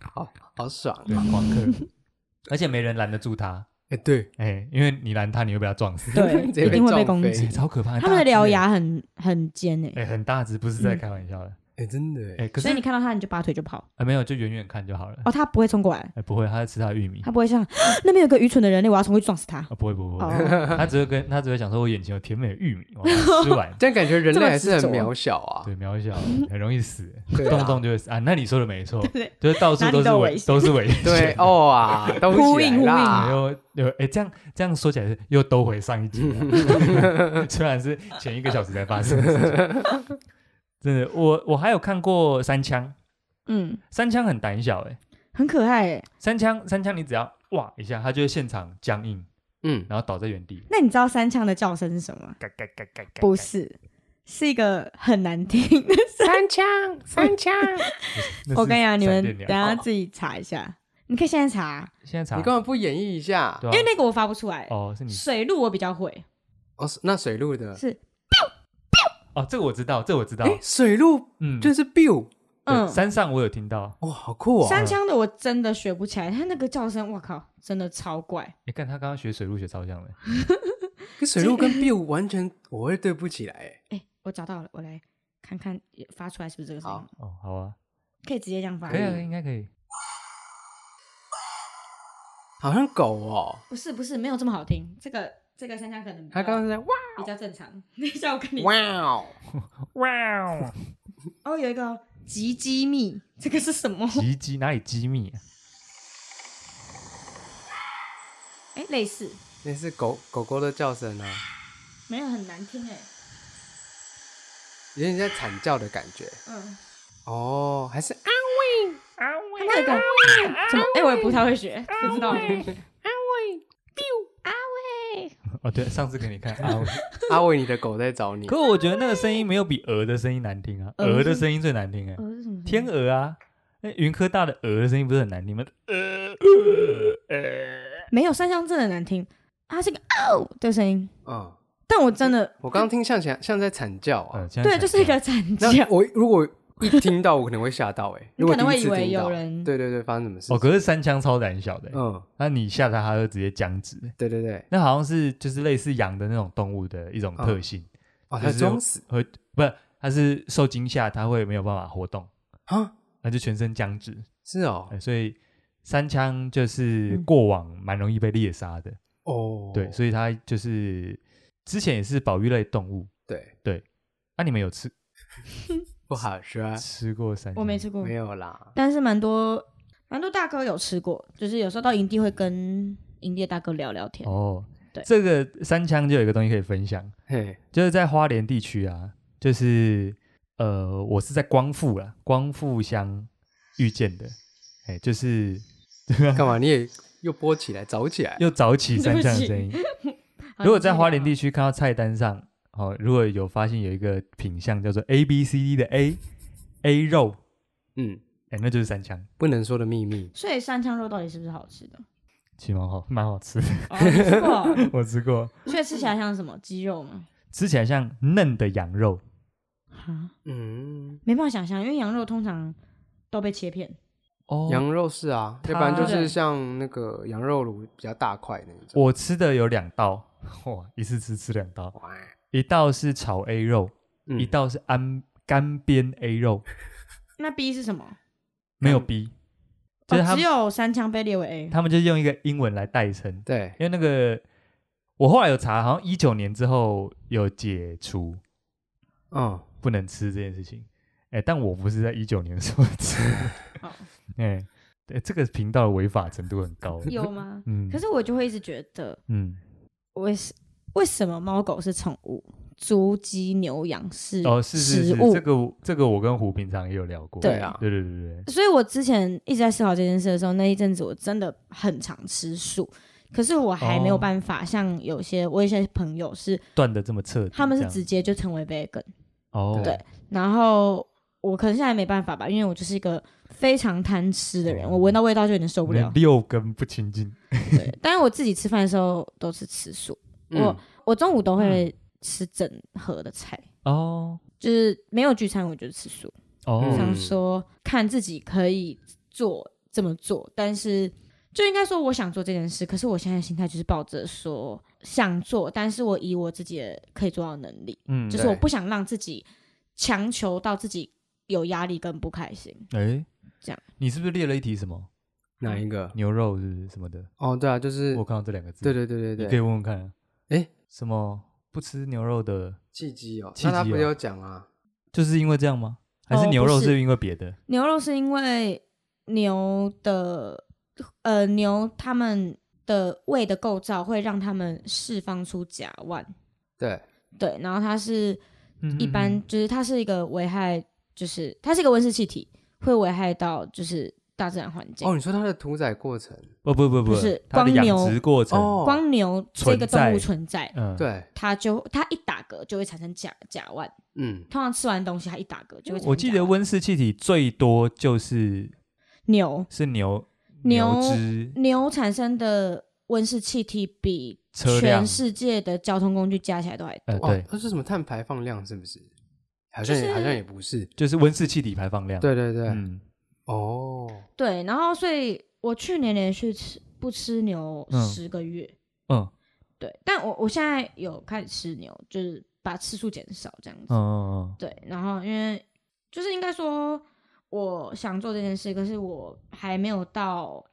Speaker 1: 好好爽，啊
Speaker 3: 对，狂嗑， 而且没人拦得住他，
Speaker 1: 哎对，
Speaker 3: 哎、因为你拦他，你会被他撞 死，
Speaker 2: 对，
Speaker 1: 直接
Speaker 2: 一
Speaker 1: 被
Speaker 2: 定会被
Speaker 1: 撞
Speaker 2: 攻
Speaker 1: 飞
Speaker 2: 击
Speaker 3: 哎。超可怕。很
Speaker 2: 他们的
Speaker 3: 大只
Speaker 2: 獠
Speaker 3: 哎，
Speaker 2: 牙很很尖哎，
Speaker 3: 哎、很大只，不是在开玩笑的，
Speaker 1: 哎真的
Speaker 3: 哎、
Speaker 1: 哎，，
Speaker 3: 可是
Speaker 2: 所以你看到它你就拔腿就跑。
Speaker 3: 哎没有，就远远看就好了，哎、
Speaker 2: 哦，它不会冲过来，
Speaker 3: 不会，他在吃他的玉米，
Speaker 2: 它不会像那边有个愚蠢的人类，我要冲过去撞死它。
Speaker 3: 啊，不会不会，不会
Speaker 2: 哦，
Speaker 3: 他只会跟他只会想说，我眼前有甜美的玉米，我要吃 完
Speaker 1: 这样感觉人
Speaker 2: 这
Speaker 1: 类
Speaker 2: 么
Speaker 1: 还是很
Speaker 2: 执着
Speaker 1: 渺小啊，
Speaker 3: 对，渺小，很容易死，
Speaker 1: 对啊
Speaker 3: 动不动就会死啊。那你说的没错，
Speaker 2: 对
Speaker 3: 就是到处
Speaker 2: 哪里
Speaker 3: 都是
Speaker 2: 都有
Speaker 3: 危
Speaker 2: 危，险
Speaker 3: 都是危险。
Speaker 1: 对哦啊，都
Speaker 2: 呼
Speaker 1: 起来
Speaker 2: 应呼
Speaker 3: 啊，
Speaker 1: 啦，
Speaker 3: 又又哎，这样这样说起来又兜回上一集 了，虽然是前一个小时才发生的事情。真的，我我还有看过三枪，
Speaker 2: 嗯，
Speaker 3: 三枪很胆小哎、
Speaker 2: 很可爱欸。
Speaker 3: 三枪三枪你只要哇一下，他就会现场僵硬，
Speaker 1: 嗯，
Speaker 3: 然后倒在原地，
Speaker 2: 那你知道三枪的叫声是什么吗？
Speaker 3: 嘎嘎嘎嘎嘎，
Speaker 2: 不是，是一个很难听的。
Speaker 1: 三枪三枪，
Speaker 3: 那是
Speaker 2: 我跟你讲，你们
Speaker 3: 闪电
Speaker 2: 等
Speaker 3: 鸟哦
Speaker 2: 一下自己查一下。你可以现在查，
Speaker 3: 现在查
Speaker 1: 你干嘛不演绎一下？
Speaker 3: 对啊
Speaker 2: 因为那个我发不出来。
Speaker 3: 哦是你
Speaker 2: 水路我比较会，
Speaker 1: 哦，是那水路
Speaker 3: 嗯
Speaker 1: 的，
Speaker 2: 是
Speaker 3: 哦这个我知道，这个我知道，
Speaker 1: 哎，水路
Speaker 3: 啊嗯，
Speaker 1: 就是 biu，
Speaker 3: 对
Speaker 2: 嗯
Speaker 3: 山上我有听到，
Speaker 1: 哇，好酷哦，
Speaker 2: 三枪的我真的学不起来，他那个叫声，我靠，真的超怪。
Speaker 3: 你看他刚刚学水路学超像的，
Speaker 1: 跟水路跟 Bill 完全我会对不起来欸。
Speaker 2: 哎、我找到了，我来看看发出来是不是这个声音
Speaker 1: 好，
Speaker 3: 哦，好啊，
Speaker 2: 可以直接这样发。
Speaker 3: 可以啊，应该可以。
Speaker 1: 好像狗哦，
Speaker 2: 不是不是，没有这么好听。这个这个三枪可能比
Speaker 1: 他
Speaker 2: 较
Speaker 1: 刚刚在哇
Speaker 2: 比较正常。 等一下我跟你
Speaker 1: 哇哦，
Speaker 3: 哇哦，
Speaker 2: 哦，有一个极机密，这个是什么？
Speaker 3: 极机哪里机密啊？
Speaker 2: 哎、类似，
Speaker 1: 那是狗狗狗的叫声啊，
Speaker 2: 没有很难听哎、
Speaker 1: 有点在惨叫的感觉。
Speaker 2: 嗯，
Speaker 1: 哦，还是啊
Speaker 2: 它那个什么？哎、我也不太会学，不知道。
Speaker 3: 哦，对，上次给 你看啊。
Speaker 1: 阿伟，你的狗在找你
Speaker 3: 可。我觉得那个声音没有比鹅的声音难听啊，
Speaker 2: 鹅
Speaker 3: 鹅的声音最难听哎，
Speaker 2: 呃，是什么？
Speaker 3: 天鹅啊，那云科大的鹅的声音不是很难听吗？呃呃
Speaker 2: 没有三枪真的难听，它是个哦的声音，
Speaker 1: 嗯，
Speaker 2: 但我真的
Speaker 1: 我刚听像起来像在惨叫
Speaker 3: 呃
Speaker 1: 啊。，
Speaker 3: 现在
Speaker 2: 对，
Speaker 3: 想
Speaker 2: 就是一
Speaker 3: 起来
Speaker 2: 个惨叫。
Speaker 1: 那我如果一听到，我可能会吓到哎。
Speaker 2: 你
Speaker 1: 如果
Speaker 2: 可能
Speaker 1: 第一次
Speaker 2: 会以为
Speaker 1: 听到
Speaker 2: 有人
Speaker 1: 对对对，发生什么事
Speaker 3: 哦，？可是三枪超胆小的欸，
Speaker 1: 嗯，
Speaker 3: 那你吓他，他就直接僵直欸。
Speaker 1: 对对对。
Speaker 3: 那好像是就是类似羊的那种动物的一种特性，
Speaker 2: 嗯
Speaker 1: 哦，
Speaker 3: 就
Speaker 1: 他
Speaker 3: 是
Speaker 1: 装死
Speaker 3: 会不是它是受惊吓，它会没有办法活动，
Speaker 1: 啊？
Speaker 3: 那就全身僵直。
Speaker 1: 是哦
Speaker 3: 呃，所以三枪就是
Speaker 2: 嗯
Speaker 3: 过往蛮容易被猎杀的，
Speaker 1: 哦，
Speaker 3: 对，所以它就是之前也是保育类动物。
Speaker 1: 对，
Speaker 3: 那、你们有吃
Speaker 1: 不好说，啊
Speaker 3: 吃过三枪？
Speaker 2: 我没吃过
Speaker 1: 没，有啦。
Speaker 2: 但是蛮多蛮多大哥有吃过，就是有时候到营地会跟营地的大哥聊聊天。
Speaker 3: 哦
Speaker 2: 对，
Speaker 3: 这个三枪就有一个东西可以分享，
Speaker 1: 嘿，
Speaker 3: 就是在花莲地区啊，就是呃，我是在光复啦，光复乡遇见的，哎，就是
Speaker 1: 干嘛？你也又播起来，找起来？
Speaker 3: 又早起三枪的声音。
Speaker 2: 好哦
Speaker 3: 如果在花莲，
Speaker 2: 你
Speaker 3: 地区看到菜单上，哦，如果有发现有一个品相叫做 A B C D 的 A A 肉，
Speaker 1: 嗯，
Speaker 3: 哎，那就是三枪，
Speaker 1: 不能说的秘密
Speaker 2: 继续聊。所以三枪肉到底是不是好吃 的？
Speaker 3: 其实蛮好，蛮好吃的，
Speaker 2: 哦，你吃过哦，
Speaker 3: 我吃过，
Speaker 2: 所以吃起来像什么鸡肉吗？
Speaker 3: 吃起来像嫩的羊肉，
Speaker 2: 啊，
Speaker 1: 嗯，
Speaker 2: 没办法想象，因为羊肉通常都被切片。
Speaker 3: 哦
Speaker 1: 羊肉是啊，
Speaker 3: 它
Speaker 1: 要不然就是像那个羊肉炉比较大块那一种。
Speaker 3: 我吃的有两道，哇，一次吃吃两道，
Speaker 1: 哇，
Speaker 3: 一道是炒 A 肉，
Speaker 1: 嗯
Speaker 3: 一道是安干煸 A 肉，
Speaker 2: 那 B 是什么？
Speaker 3: 没有 B，就是
Speaker 2: 哦
Speaker 3: 他
Speaker 2: 只
Speaker 3: 们、
Speaker 2: 有三枪被列为 A。
Speaker 3: 他们就是用一个英文来代称，
Speaker 1: 对
Speaker 3: 因为那个我后来有查，好像一九年之后有解除
Speaker 1: 嗯，
Speaker 3: 不能吃这件事情，哎，但我不是在一九年的时候吃，
Speaker 2: 哦，
Speaker 3: 哎，对，这个频道的违法程度很高，
Speaker 2: 有吗？
Speaker 3: 嗯，
Speaker 2: 可是我就会一直觉得，
Speaker 3: 嗯，
Speaker 2: 为什为什么猫狗是宠物，猪、鸡、牛、羊是
Speaker 3: 哦，是是
Speaker 2: 食
Speaker 3: 是，
Speaker 2: 物
Speaker 3: 这个这个我跟胡平常也有聊过，
Speaker 1: 对啊，
Speaker 3: 对对对对，
Speaker 2: 所以我之前一直在思考这件事的时候，那一阵子我真的很常吃素，可是我还没有办法、像有些我有一些朋友是
Speaker 3: 断的这么彻底，
Speaker 2: 他们是
Speaker 3: 这样
Speaker 2: 直接就成为 vegan，
Speaker 3: 哦，
Speaker 2: 对然后我可能现在没办法吧，因为我就是一个非常贪吃的人，我闻到味道就有点受不了
Speaker 3: 连。六根不清净，
Speaker 2: 对， 但是我自己吃饭的时候都是吃素，
Speaker 1: 嗯
Speaker 2: 我我中午都会吃整盒的菜，
Speaker 3: 哦
Speaker 2: 就是没有聚餐我就吃素。
Speaker 1: 嗯
Speaker 3: 哦，
Speaker 2: 想说看自己可以做这么做，但是就应该说我想做这件事，可是我现在心态就是抱着说想做，但是我以我自己的可以做到的能力，
Speaker 3: 嗯
Speaker 2: 就是我
Speaker 1: 对
Speaker 2: 不想让自己强求到自己有压力跟不开心。
Speaker 3: 哎，
Speaker 2: 这样，
Speaker 3: 你是不是列了一题什么
Speaker 1: 哪一个？
Speaker 3: 牛肉是不是什么的？
Speaker 1: 哦，对啊，就是
Speaker 3: 我看到这两个字，
Speaker 1: 对对对
Speaker 3: 你
Speaker 1: 对
Speaker 3: 可以
Speaker 1: 对，
Speaker 3: 问问看。啊
Speaker 1: 诶
Speaker 3: 什么不吃牛肉的，
Speaker 1: 契机哦，
Speaker 3: 契机
Speaker 1: 那
Speaker 3: 哦
Speaker 1: 他不是有讲啊？
Speaker 3: 就是因为这样吗？还是
Speaker 2: 哦
Speaker 3: 牛肉
Speaker 2: 不是
Speaker 3: 是因为别的？
Speaker 2: 牛肉是因为牛的呃牛它们的胃的构造会让它们释放出甲烷，
Speaker 1: 对，
Speaker 2: 对，然后它是
Speaker 3: 嗯
Speaker 2: 一
Speaker 3: 嗯
Speaker 2: 般
Speaker 3: 嗯
Speaker 2: 就是它是一个危害，就是它是一个温室气体，会危害到就是大自然环境。
Speaker 1: 哦，你说它的屠宰过程，
Speaker 3: 哦不不不
Speaker 2: 不是
Speaker 3: 它的
Speaker 2: 光
Speaker 3: 养
Speaker 2: 牛
Speaker 3: 殖过程，
Speaker 1: 哦
Speaker 2: 光牛这个
Speaker 3: 存在
Speaker 2: 动物存在，
Speaker 3: 嗯，
Speaker 1: 对，
Speaker 2: 它就它一打嗝就会产生甲甲烷，
Speaker 1: 嗯，
Speaker 2: 通常吃完东西它一打嗝就会产生甲烷。
Speaker 3: 我记得温室气体最多就是
Speaker 2: 牛
Speaker 3: 是牛
Speaker 2: 牛
Speaker 3: 只
Speaker 2: 牛产生的温室气体比
Speaker 3: 车辆
Speaker 2: 全，世界的交通工具加起来都还
Speaker 3: 呃
Speaker 1: 哦
Speaker 3: 对，，
Speaker 1: 它是什么碳排放量是不是？好像
Speaker 2: 就
Speaker 1: 也
Speaker 2: 是
Speaker 1: 好像也不是，
Speaker 3: 就是温室气体排放量。
Speaker 1: 对对对，
Speaker 3: 嗯，
Speaker 1: 哦，
Speaker 2: 对。然后所以我去年连续吃不吃牛
Speaker 3: 嗯
Speaker 2: 十个月，
Speaker 3: 嗯
Speaker 2: 对，但我我现在有开始吃牛，就是把次数减少这样子。
Speaker 3: 嗯，
Speaker 2: 对，然后因为就是应该说，我想做这件事，可是我还没有到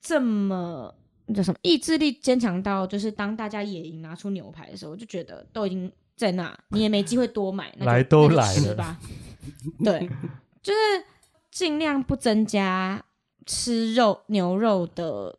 Speaker 2: 这么那叫什么意志力坚强到，就是当大家野营拿出牛排的时候，我就觉得都已经在那，你也没机会多买，那就
Speaker 3: 来都
Speaker 2: 那就
Speaker 3: 来
Speaker 2: 吃
Speaker 3: 了
Speaker 2: 吧。对，就是尽量不增加吃肉牛肉的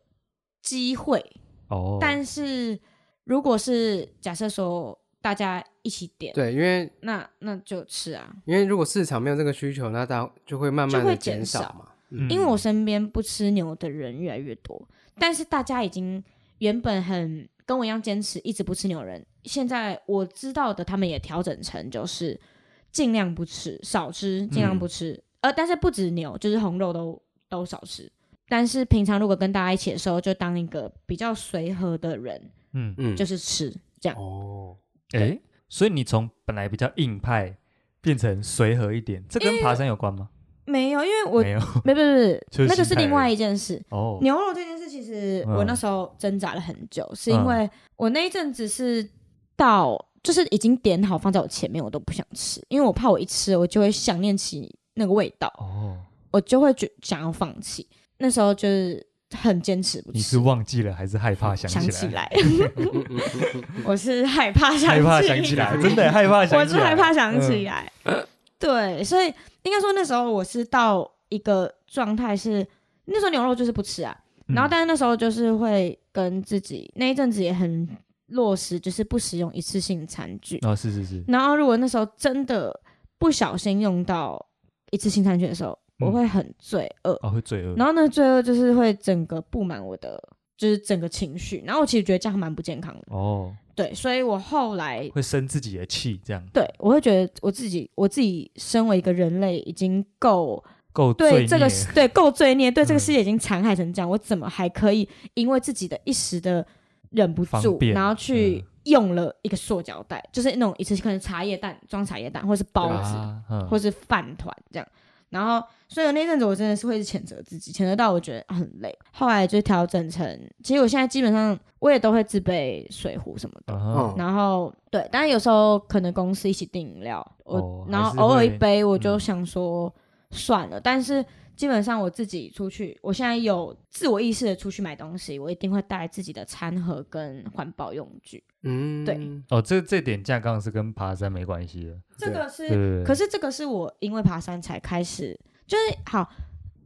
Speaker 2: 机会，
Speaker 3: 哦，
Speaker 2: 但是如果是假设说大家一起点，
Speaker 1: 对，因为
Speaker 2: 那那就吃啊。
Speaker 1: 因为如果市场没有这个需求，那大家就会慢慢
Speaker 2: 就
Speaker 1: 的
Speaker 2: 会减
Speaker 1: 减
Speaker 2: 少
Speaker 1: 嘛。
Speaker 3: 嗯
Speaker 2: 因为我身边不吃牛的人越来越多，但是大家已经原本很跟我一样坚持一直不吃牛的人，现在我知道的他们也调整成就是尽量不吃，少吃，尽
Speaker 3: 嗯
Speaker 2: 量不吃。呃，但是不止牛，就是红肉都都少吃。但是平常如果跟大家一起的时候，就当一个比较随和的人，
Speaker 3: 嗯，
Speaker 1: 嗯，
Speaker 2: 就是吃这样。
Speaker 1: 哦，
Speaker 3: 哎，所以你从本来比较硬派变成随和一点，这跟爬山有关吗？
Speaker 2: 没有，因为我
Speaker 3: 没有，
Speaker 2: 没不是
Speaker 3: 就是
Speaker 2: 那个是
Speaker 3: 心态
Speaker 2: 另
Speaker 3: 而
Speaker 2: 外
Speaker 3: 已
Speaker 2: 一件事。
Speaker 3: 哦，
Speaker 2: 牛肉这件事，其实
Speaker 3: 嗯
Speaker 2: 我那时候挣扎了很久，是因为我那一阵子是到就是已经点好放在我前面，我都不想吃，因为我怕我一吃我就会想念起那个味道，
Speaker 3: 哦，
Speaker 2: 我就会觉想要放弃。那时候就是很坚持不
Speaker 3: 你是
Speaker 2: 吃。
Speaker 3: 忘记了还是害怕想
Speaker 2: 想
Speaker 3: 起
Speaker 2: 起来，
Speaker 3: 来？
Speaker 2: 我是害怕想
Speaker 3: 害怕想起来，真的害怕想
Speaker 2: 我
Speaker 3: 起
Speaker 2: 是
Speaker 3: 来，
Speaker 2: 害怕想起
Speaker 3: 嗯，
Speaker 2: 来。对，所以应该说那时候我是到一个状态是，那时候牛肉就是不吃啊，
Speaker 3: 嗯
Speaker 2: 然后但是那时候就是会跟自己那一阵子也很落实，就是不使用一次性餐具。
Speaker 3: 哦，是是是，
Speaker 2: 然后如果那时候真的不小心用到一次性餐具的时候，
Speaker 3: 嗯
Speaker 2: 我会很罪恶，
Speaker 3: 哦，会罪恶，
Speaker 2: 然后呢罪恶就是会整个布满我的。就是整个情绪，然后我其实觉得这样蛮不健康的，
Speaker 3: 哦，
Speaker 2: 对，所以我后来
Speaker 3: 会生自己的气，这样
Speaker 2: 对，我会觉得我自己，我自己身为一个人类，已经够
Speaker 3: 够罪
Speaker 2: 对
Speaker 3: 孽
Speaker 2: 这个世对够罪孽，对这个
Speaker 3: 嗯
Speaker 2: 世界已经残害成这样，我怎么还可以因为自己的一时的忍不
Speaker 3: 方
Speaker 2: 住，
Speaker 3: 便
Speaker 2: 然后去
Speaker 3: 嗯
Speaker 2: 用了一个塑胶袋，就是那种一次性可能茶叶蛋装茶叶蛋，或是包子，
Speaker 3: 啊嗯
Speaker 2: 或是饭团这样。然后，所以那阵子我真的是会谴责自己，谴责到我觉得很累。后来就调整成，其实我现在基本上我也都会自备水壶什么的。
Speaker 3: 啊
Speaker 1: 嗯
Speaker 3: 哈
Speaker 2: 然后对，但是有时候可能公司一起订饮料，我、
Speaker 3: 哦
Speaker 2: 然
Speaker 3: 还
Speaker 2: 后
Speaker 3: 是
Speaker 2: 偶尔一
Speaker 3: 会
Speaker 2: 杯，我就
Speaker 3: 嗯
Speaker 2: 想说算了。但是基本上我自己出去，我现在有自我意识的出去买东西，我一定会带自己的餐盒跟环保用具。
Speaker 1: 嗯，
Speaker 2: 对
Speaker 3: 哦，这这点架杠是跟爬山没关系的，
Speaker 2: 这
Speaker 1: 对
Speaker 2: 个
Speaker 3: 对对
Speaker 2: 是，
Speaker 3: 对。
Speaker 2: 可是这个是我因为爬山才开始，就是好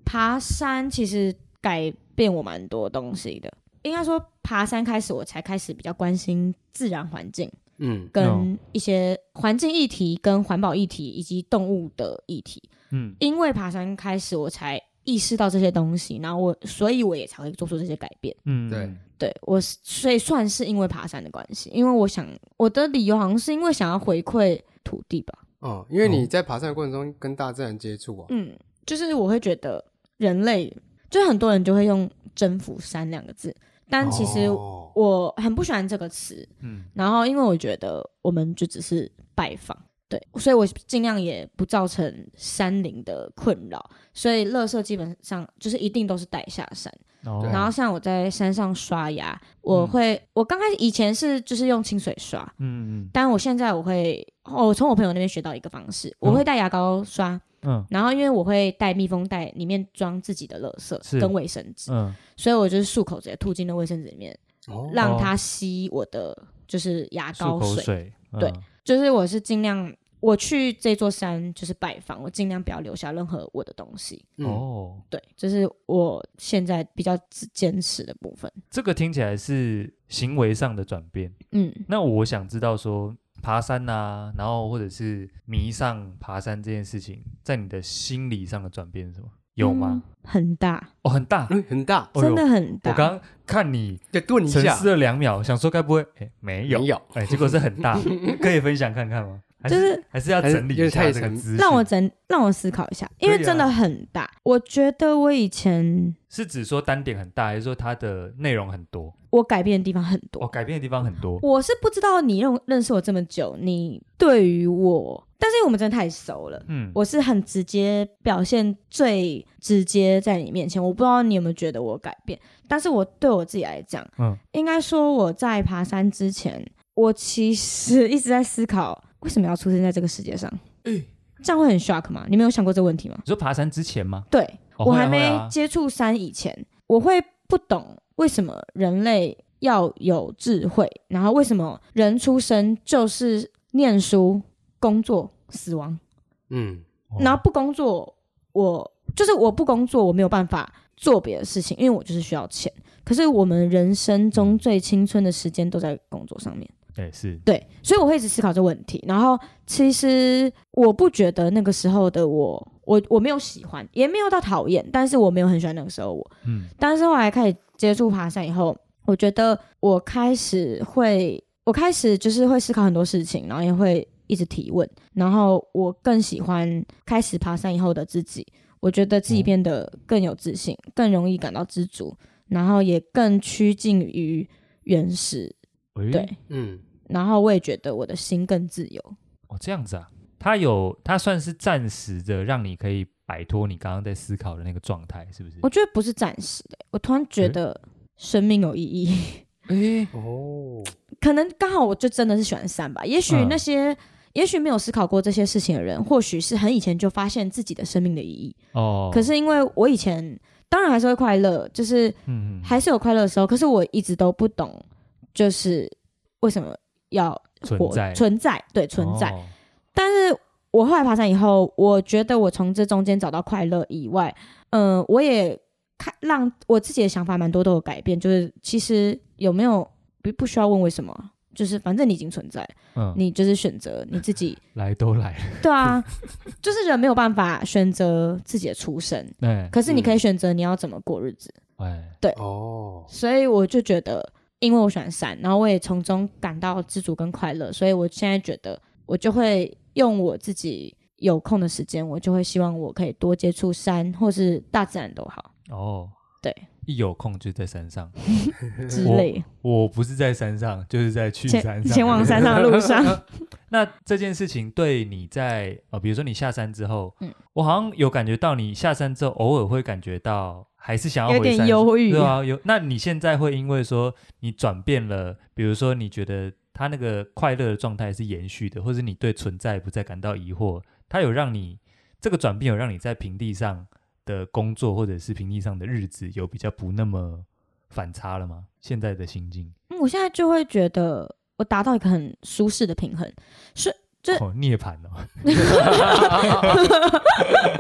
Speaker 2: 爬山其实改变我蛮多东西的。应该说，爬山开始我才开始比较关心自然环境。
Speaker 1: 嗯，
Speaker 2: 跟
Speaker 3: 嗯
Speaker 2: 一些环境议题、跟环保议题以及动物的议题。
Speaker 3: 嗯，
Speaker 2: 因为爬山开始，我才意识到这些东西，然后我，所以我也才会做出这些改变。
Speaker 3: 嗯，
Speaker 1: 对
Speaker 3: 嗯
Speaker 2: 对我是，所以算是因为爬山的关系，因为我想我的理由好像是因为想要回馈土地吧。
Speaker 1: 哦，因为你在爬山的过程中跟大自然接触啊，
Speaker 2: 嗯，就是我会觉得人类，就是很多人就会用“征服山”两个字，但其实
Speaker 1: 哦
Speaker 2: 我很不喜欢这个词，
Speaker 3: 嗯
Speaker 2: 嗯，然后因为我觉得我们就只是拜访，对，所以我尽量也不造成山林的困扰，所以垃圾基本上就是一定都是带下山。
Speaker 3: 哦
Speaker 1: 对
Speaker 2: 然后像我在山上刷牙，
Speaker 3: 嗯
Speaker 2: 我会、我刚开始以前是就是用清水刷，
Speaker 3: 嗯嗯
Speaker 2: 但我现在我会，哦我从我朋友那边学到一个方式，我会带牙膏刷，
Speaker 3: 嗯
Speaker 2: 然后因为我会带密封袋里面装自己的垃
Speaker 3: 是
Speaker 2: 圾跟卫生纸，
Speaker 3: 嗯，
Speaker 2: 所以我就是漱口直接吐进那卫生纸里面。
Speaker 1: 哦
Speaker 2: 让它吸我的就是牙
Speaker 3: 漱
Speaker 2: 膏
Speaker 3: 口
Speaker 2: 水，
Speaker 3: 水，嗯
Speaker 2: 对就是我是尽量我去这座山就是拜访，我尽量不要留下任何我的东西。
Speaker 1: 嗯
Speaker 3: 哦，
Speaker 2: 对，这是我现在比较自坚持的部分。
Speaker 3: 这个听起来是行为上的转变。
Speaker 2: 嗯，
Speaker 3: 那我想知道说，爬山呐、然后或者是迷上爬山这件事情，在你的心理上的转变是什么？有吗？
Speaker 2: 嗯很大，
Speaker 3: 哦，很大。
Speaker 1: 嗯很大，
Speaker 3: 哦
Speaker 2: 真的
Speaker 3: 哟
Speaker 2: 很大。
Speaker 3: 我刚刚看你
Speaker 1: 就顿一
Speaker 3: 沉
Speaker 1: 下，
Speaker 3: 思了两秒，想说该不会哎没有
Speaker 1: 没有
Speaker 3: 哎，结果是很 大，可以分享看看吗？还
Speaker 2: 就是是
Speaker 3: 还是要
Speaker 1: 还是
Speaker 3: 整理
Speaker 1: 有点
Speaker 3: 一下
Speaker 1: 太
Speaker 3: 这个
Speaker 1: 沉
Speaker 3: 资讯。
Speaker 2: 让我整让我思考一下，因为
Speaker 3: 可以啊
Speaker 2: 真的很大。我觉得我以前
Speaker 3: 是指说单点很大，还是说它的内容很多？
Speaker 2: 我改变的地方很
Speaker 3: 哦
Speaker 2: 多。
Speaker 3: 哦，改变的地方很多。
Speaker 2: 我是不知道你认认识我这么久，你对于我但是因为我们真的太熟了，
Speaker 3: 嗯，
Speaker 2: 我是很直接表现最直接在你面前，我不知道你有没有觉得我改变，但是我对我自己来讲，
Speaker 3: 嗯
Speaker 2: 应该说我在爬山之前，我其实一直在思考为什么要出现在这个世界上，
Speaker 3: 嗯
Speaker 1: 哎
Speaker 2: 这样会很 shock 吗？你们有想过这个问题吗？
Speaker 3: 你说爬山之前吗？
Speaker 2: 对、我
Speaker 3: 哦会啊
Speaker 2: 还
Speaker 3: 会
Speaker 2: 没
Speaker 3: 啊
Speaker 2: 接触山以前，我会不懂为什么人类要有智慧，然后为什么人出生就是念书、工作、死亡。
Speaker 1: 嗯，
Speaker 3: 哦
Speaker 2: 然后不工作，我就是我不工作，我没有办法做别的事情，因为我就是需要钱。可是我们人生中最青春的时间都在工作上面，
Speaker 3: 对哎是
Speaker 2: 对，所以我会一直思考这个问题。然后其实我不觉得那个时候的我，我我没有喜欢，也没有到讨厌，但是我没有很喜欢那个时候我。
Speaker 3: 嗯
Speaker 2: 但是后来开始接触爬山以后，我觉得我开始会，我开始就是会思考很多事情，然后也会一直提问，然后我更喜欢开始爬山以后的自己。我觉得自己变得更有自信，更容易感到知足，然后也更趋近于原始。
Speaker 3: 诶
Speaker 2: 对，
Speaker 1: 嗯，
Speaker 2: 然后我也觉得我的心更自由。
Speaker 3: 哦这样子啊，它有它算是暂时的让你可以摆脱你刚刚在思考的那个状态，是不是
Speaker 2: 我？觉得不是暂时的，我突然觉得生命有意义。
Speaker 3: 哎，
Speaker 1: 哦，
Speaker 2: 可能刚好我就真的是喜欢山吧。也许
Speaker 3: 嗯
Speaker 2: 那些，也许没有思考过这些事情的人，或许是很以前就发现自己的生命的意义。
Speaker 3: 哦，
Speaker 2: 可是因为我以前当然还是会快乐，就是
Speaker 3: 嗯嗯，
Speaker 2: 还是有快乐的时候，可是我一直都不懂，就是为什么要
Speaker 3: 存
Speaker 2: 活
Speaker 3: 在
Speaker 2: 存在对存在。
Speaker 3: 哦
Speaker 2: 但是我后来爬山以后，我觉得我从这中间找到快乐以外，嗯、我也看让我自己的想法蛮多都有改变，就是其实有没有不不需要问为什么，就是反正你已经存在，
Speaker 3: 嗯，
Speaker 2: 你就是选择你自己，
Speaker 3: 来都来了，
Speaker 2: 对啊，就是人没有办法选择自己的出身，
Speaker 3: 哎
Speaker 2: 可是你可以选择你要怎么过日子，
Speaker 3: 哎，
Speaker 1: 哦，
Speaker 2: 所以我就觉得，因为我喜欢山，然后我也从中感到知足跟快乐，所以我现在觉得，我就会用我自己有空的时间，我就会希望我可以多接触山或是大自然都好
Speaker 3: 哦，
Speaker 2: 对，
Speaker 3: 一有空就在山上。
Speaker 2: 之
Speaker 3: 我
Speaker 2: 类。
Speaker 3: 我不是在山上，就是在去山
Speaker 2: 前
Speaker 3: 上
Speaker 2: 前往山上的路 上，
Speaker 3: 那这件事情对你在呃，比如说你下山之后，
Speaker 2: 嗯
Speaker 3: 我好像有感觉到你下山之后，偶尔会感觉到还是想要
Speaker 2: 有
Speaker 3: 回
Speaker 2: 点
Speaker 3: 山，
Speaker 2: 忧郁
Speaker 3: 对。啊，有。那你现在会因为说你转变了，比如说你觉得他那个快乐的状态是延续的，或者你对存在不再感到疑惑，他有让你这个转变有让你在平地上的工作或者是平地上的日子有比较不那么反差了吗？现在的心境，
Speaker 2: 嗯我现在就会觉得我达到一个很舒适的平衡，是这
Speaker 3: 哦，涅槃哦，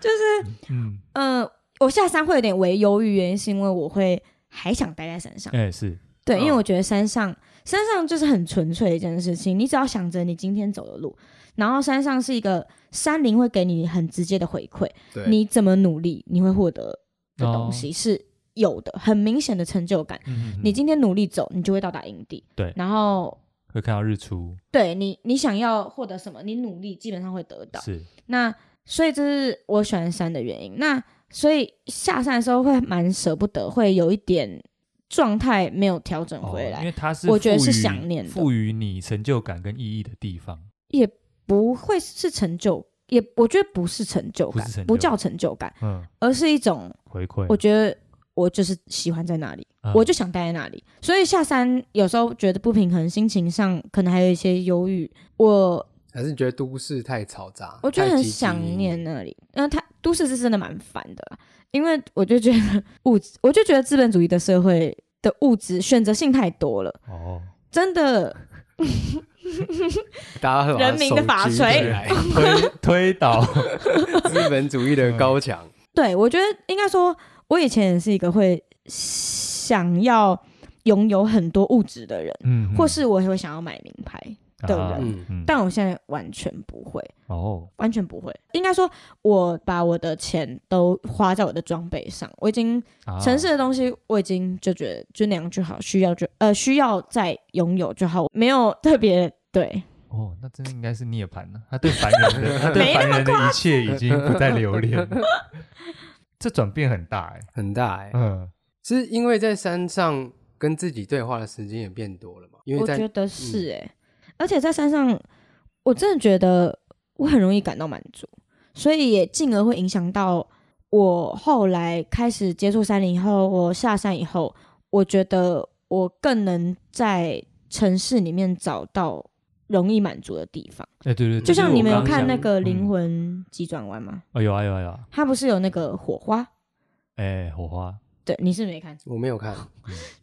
Speaker 2: 就是
Speaker 3: 嗯，
Speaker 2: 嗯，我下山会有点微忧郁，原因是因为我会还想待在山上。
Speaker 3: 哎、是，
Speaker 2: 对，因为
Speaker 1: 嗯
Speaker 2: 我觉得山上山上就是很纯粹的一件事情，你只要想着你今天走的路，然后山上是一个山林会给你很直接的回馈，
Speaker 1: 对，
Speaker 2: 你怎么努力，你会获得的
Speaker 3: 哦
Speaker 2: 东西是有的，很明显的成就感。
Speaker 3: 嗯嗯
Speaker 2: 你今天努力走，你就会到达营地。
Speaker 3: 对
Speaker 2: 然后
Speaker 3: 会看到日出，
Speaker 2: 对你你想要获得什么，你努力基本上会得到。
Speaker 3: 是，
Speaker 2: 那所以这是我喜欢山的原因。那所以下山的时候会蛮舍不得，会有一点状态没有调整回
Speaker 3: 哦
Speaker 2: 来。
Speaker 3: 因为它是
Speaker 2: 我觉得是
Speaker 3: 赋予
Speaker 2: 想念的
Speaker 3: 赋予你成就感跟意义的地方。
Speaker 2: 也不会是成就，也我觉得不是成就感，
Speaker 3: 不是成就
Speaker 2: 叫成就感，
Speaker 3: 嗯，
Speaker 2: 而是一种
Speaker 3: 回馈，
Speaker 2: 我觉得我就是喜欢在那里，
Speaker 3: 嗯
Speaker 2: 我就想待在那里。所以下山有时候觉得不平衡，心情上可能还有一些忧郁。我
Speaker 1: 还是你觉得都市太嘈杂，
Speaker 2: 我就
Speaker 1: 太
Speaker 2: 很
Speaker 1: 积极
Speaker 2: 想念那里，那它都市是真的蛮烦的啦，因为我就觉得物质，我就觉得资本主义的社会的物质选择性太多了，
Speaker 3: 哦，
Speaker 2: 真的
Speaker 1: 大家会把
Speaker 2: 人民的法
Speaker 1: 手举
Speaker 2: 锤
Speaker 1: 起
Speaker 3: 哎
Speaker 1: 来
Speaker 3: 推推倒，
Speaker 1: 资本主义的高墙，
Speaker 2: 对，我觉得应该说，我以前也是一个会想要拥有很多物质的人，
Speaker 3: 嗯，
Speaker 2: 或是我也会想要买名牌，的
Speaker 3: 啊
Speaker 1: 人
Speaker 3: 嗯，
Speaker 2: 但我现在完全不会，
Speaker 3: 哦，
Speaker 2: 完全不会。应该说，我把我的钱都花在我的装备上，我已经
Speaker 3: 啊
Speaker 2: 城市的东西，我已经就觉得就那样就好，需要就呃需要再拥有就好，没有特别对。
Speaker 3: 哦，那真的应该是涅槃了。他对凡 人的，他对
Speaker 2: 没那
Speaker 3: 凡
Speaker 2: 么
Speaker 3: 人的一切已经不再留恋了。 这转变很大哎，
Speaker 1: 很大哎、
Speaker 3: 嗯，
Speaker 1: 是因为在山上跟自己对话的时间也变多了嘛？因为
Speaker 2: 我
Speaker 1: 在嗯
Speaker 2: 觉得是哎、而且在山上，我真的觉得我很容易感到满足，所以也进而会影响到我后来开始接触山林以后，我下山以后，我觉得我更能在城市里面找到容易满足的地方。
Speaker 3: 哎，对
Speaker 1: 嗯
Speaker 3: 对，
Speaker 2: 就像你们有
Speaker 1: 刚
Speaker 2: 看
Speaker 1: 想
Speaker 2: 那个《
Speaker 3: 嗯
Speaker 2: 灵魂急转弯》吗？
Speaker 3: 哦，有啊有啊有啊，
Speaker 2: 它不是有那个火花？
Speaker 3: 哎，火花，
Speaker 2: 对，你是没看，
Speaker 1: 我没有看，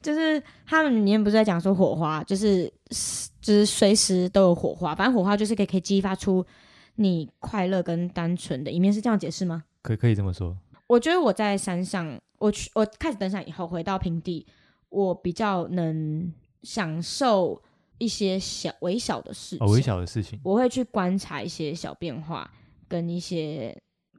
Speaker 2: 就是他们里面不是在讲说火花，就是就是随时都有火花，反正火花就是可以可以激发出你快乐跟单纯的一面，是这样解释吗？
Speaker 3: 可可以这么说，
Speaker 2: 我觉得我在山上，我去我开始登山以后，回到平地，我比较能享受一些小微小的事情，
Speaker 3: 哦，微小的事情，
Speaker 2: 我会去观察一些小变化跟一些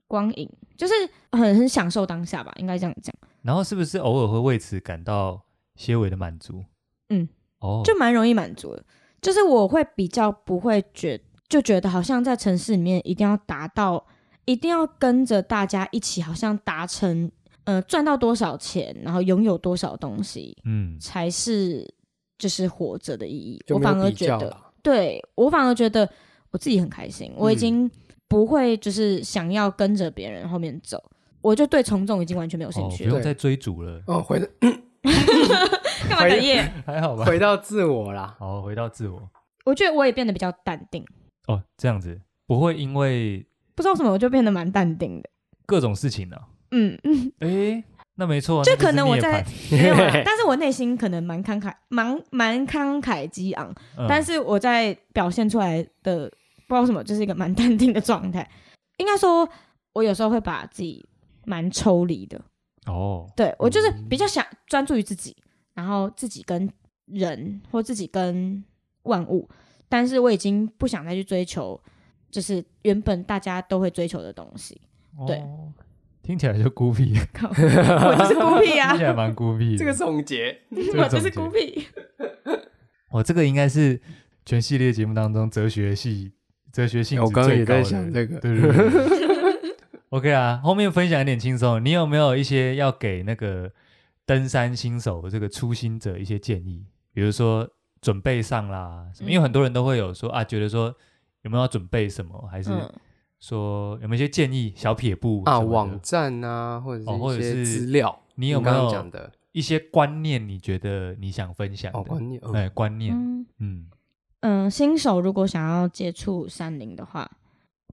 Speaker 2: 光影，就是很很享受当下吧，应该这样讲，
Speaker 3: 然后是不是偶尔会为此感到些微的满足？
Speaker 2: 嗯，
Speaker 3: 哦，
Speaker 2: 就蛮容易满足的。就是我会比较不会觉就觉得好像在城市里面一定要达到，一定要跟着大家一起，好像达成呃赚到多少钱，然后拥有多少东西，
Speaker 3: 嗯，
Speaker 2: 才是就是活着的意义。
Speaker 1: 就
Speaker 2: 我
Speaker 1: 没有
Speaker 2: 反而
Speaker 1: 比
Speaker 2: 觉
Speaker 1: 较
Speaker 2: 得，
Speaker 1: 了。
Speaker 2: 对我反而觉得我自己很开心，我已
Speaker 1: 嗯
Speaker 2: 经不会就是想要跟着别人后面走，我就对从众已经完全没有兴
Speaker 3: 哦，不
Speaker 2: 趣了。
Speaker 3: 用再追逐了，
Speaker 1: 哦，回到
Speaker 2: 干嘛哽咽？
Speaker 3: 还好吧？
Speaker 1: 回到自我啦，
Speaker 3: 好，回到自我，
Speaker 2: 我觉得我也变得比较淡定，
Speaker 3: 哦，这样子不会因为
Speaker 2: 不知道为什么我就变得蛮淡定的。
Speaker 3: 各种事情呢、
Speaker 2: 嗯，
Speaker 3: 哎，那没错啊，
Speaker 2: 就
Speaker 3: 那
Speaker 2: 可
Speaker 3: 是
Speaker 2: 能我
Speaker 3: 涅
Speaker 2: 在
Speaker 3: 槃，
Speaker 2: 没 有 啦，但是我内心可能蛮慷慨，蛮蛮慷慨激昂，
Speaker 3: 嗯
Speaker 2: 但是我在表现出来的不知道为什么，就是一个蛮淡定的状态。应该说，我有时候会把自己蛮抽离的，
Speaker 3: 哦，
Speaker 2: 对我就是比较想专注于自己，然后自己跟人或自己跟万物，但是我已经不想再去追求，就是原本大家都会追求的东西。 对
Speaker 3: 哦，听起来就孤僻，
Speaker 2: 靠我就是孤僻啊
Speaker 3: 听起，来蛮 孤僻的。
Speaker 1: 这个总结，
Speaker 3: 这
Speaker 2: 我
Speaker 3: 个
Speaker 2: 就是
Speaker 3: 总
Speaker 2: 孤
Speaker 3: 结
Speaker 2: 僻。
Speaker 3: 我哦这个应该是全系列节目当中哲学系哲学性
Speaker 1: 我
Speaker 3: 质
Speaker 1: 刚刚
Speaker 3: 最
Speaker 1: 也在
Speaker 3: 高的
Speaker 1: 想这个
Speaker 3: 对对对对 OK 啊，后面分享一点轻松的，你有没有一些要给那个登山新手这个初心者一些建议？比如说准备上啦，什么
Speaker 2: 嗯
Speaker 3: 因为很多人都会有说啊，觉得说有没有要准备什么，还是
Speaker 2: 嗯，
Speaker 3: 说有没有一些建议小撇步
Speaker 1: 啊，
Speaker 3: 什么的
Speaker 1: 网站啊，或者
Speaker 3: 哦或
Speaker 1: 是
Speaker 3: 者
Speaker 1: 一些
Speaker 3: 是
Speaker 1: 资料，
Speaker 3: 你有没
Speaker 1: 刚刚
Speaker 3: 有
Speaker 1: 讲的
Speaker 3: 一些观念？你觉得你想分享
Speaker 1: 哦
Speaker 3: 的？
Speaker 1: 观念？嗯
Speaker 3: 哎，观念，
Speaker 2: 嗯
Speaker 3: 嗯，
Speaker 2: 嗯，新手如果想要接触山林的话，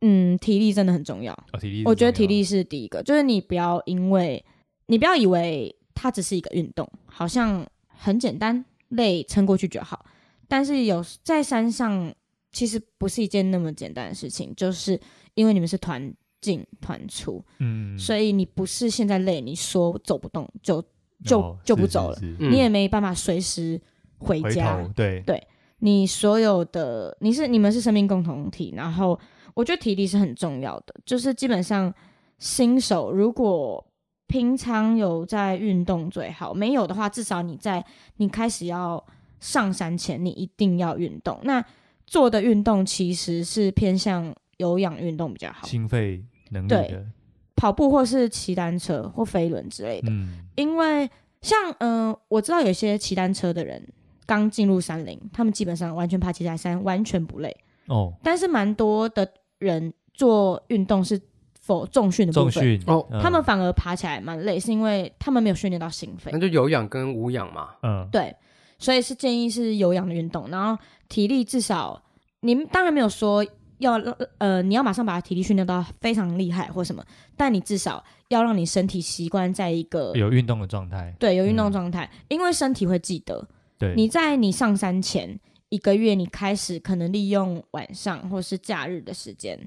Speaker 2: 嗯，体力真的很重要。
Speaker 3: 哦体力是
Speaker 2: 我觉得
Speaker 3: 重
Speaker 2: 体
Speaker 3: 要
Speaker 2: 力是第一个，就是你不要因为你不要以为它只是一个运动，好像很简单，累撑过去就好。但是有在山上，其实不是一件那么简单的事情，就是因为你们是团进团出，
Speaker 3: 嗯，
Speaker 2: 所以你不是现在累，你说走不动就就
Speaker 3: 哦
Speaker 2: 就不
Speaker 3: 是
Speaker 2: 走了
Speaker 3: 是是
Speaker 1: 嗯
Speaker 2: 你也没办法随时回
Speaker 3: 回
Speaker 2: 家。
Speaker 3: 头对，
Speaker 2: 你所有的你是你们是生命共同体，然后我觉得体力是很重要的，就是基本上新手如果平常有在运动最好，没有的话，至少你在你开始要上山前，你一定要运动。那做的运动其实是偏向有氧运动比较好，
Speaker 3: 心肺能力
Speaker 2: 对
Speaker 3: 的，
Speaker 2: 跑步或是骑单车或飞轮之类的。
Speaker 3: 嗯，
Speaker 2: 因为像嗯、呃我知道有些骑单车的人刚进入山林，他们基本上完全爬起来山完全不累，
Speaker 3: 哦，
Speaker 2: 但是蛮多的人做运动是否重训的部
Speaker 3: 重
Speaker 2: 分，
Speaker 3: 训
Speaker 1: 哦
Speaker 3: 嗯
Speaker 2: 他们反而爬起来蛮累，是因为他们没有训练到心肺
Speaker 1: 那。就有氧跟无氧嘛。
Speaker 3: 嗯
Speaker 2: 对，所以是建议是有氧的运动，然后体力至少你当然没有说要呃你要马上把体力训练到非常厉害或什么，但你至少要让你身体习惯在一个
Speaker 3: 有运动的状态，
Speaker 2: 对有运动
Speaker 3: 嗯
Speaker 2: 状态，因为身体会记得，
Speaker 3: 对，
Speaker 2: 你在你上山前一个月，你开始可能利用晚上或是假日的时间，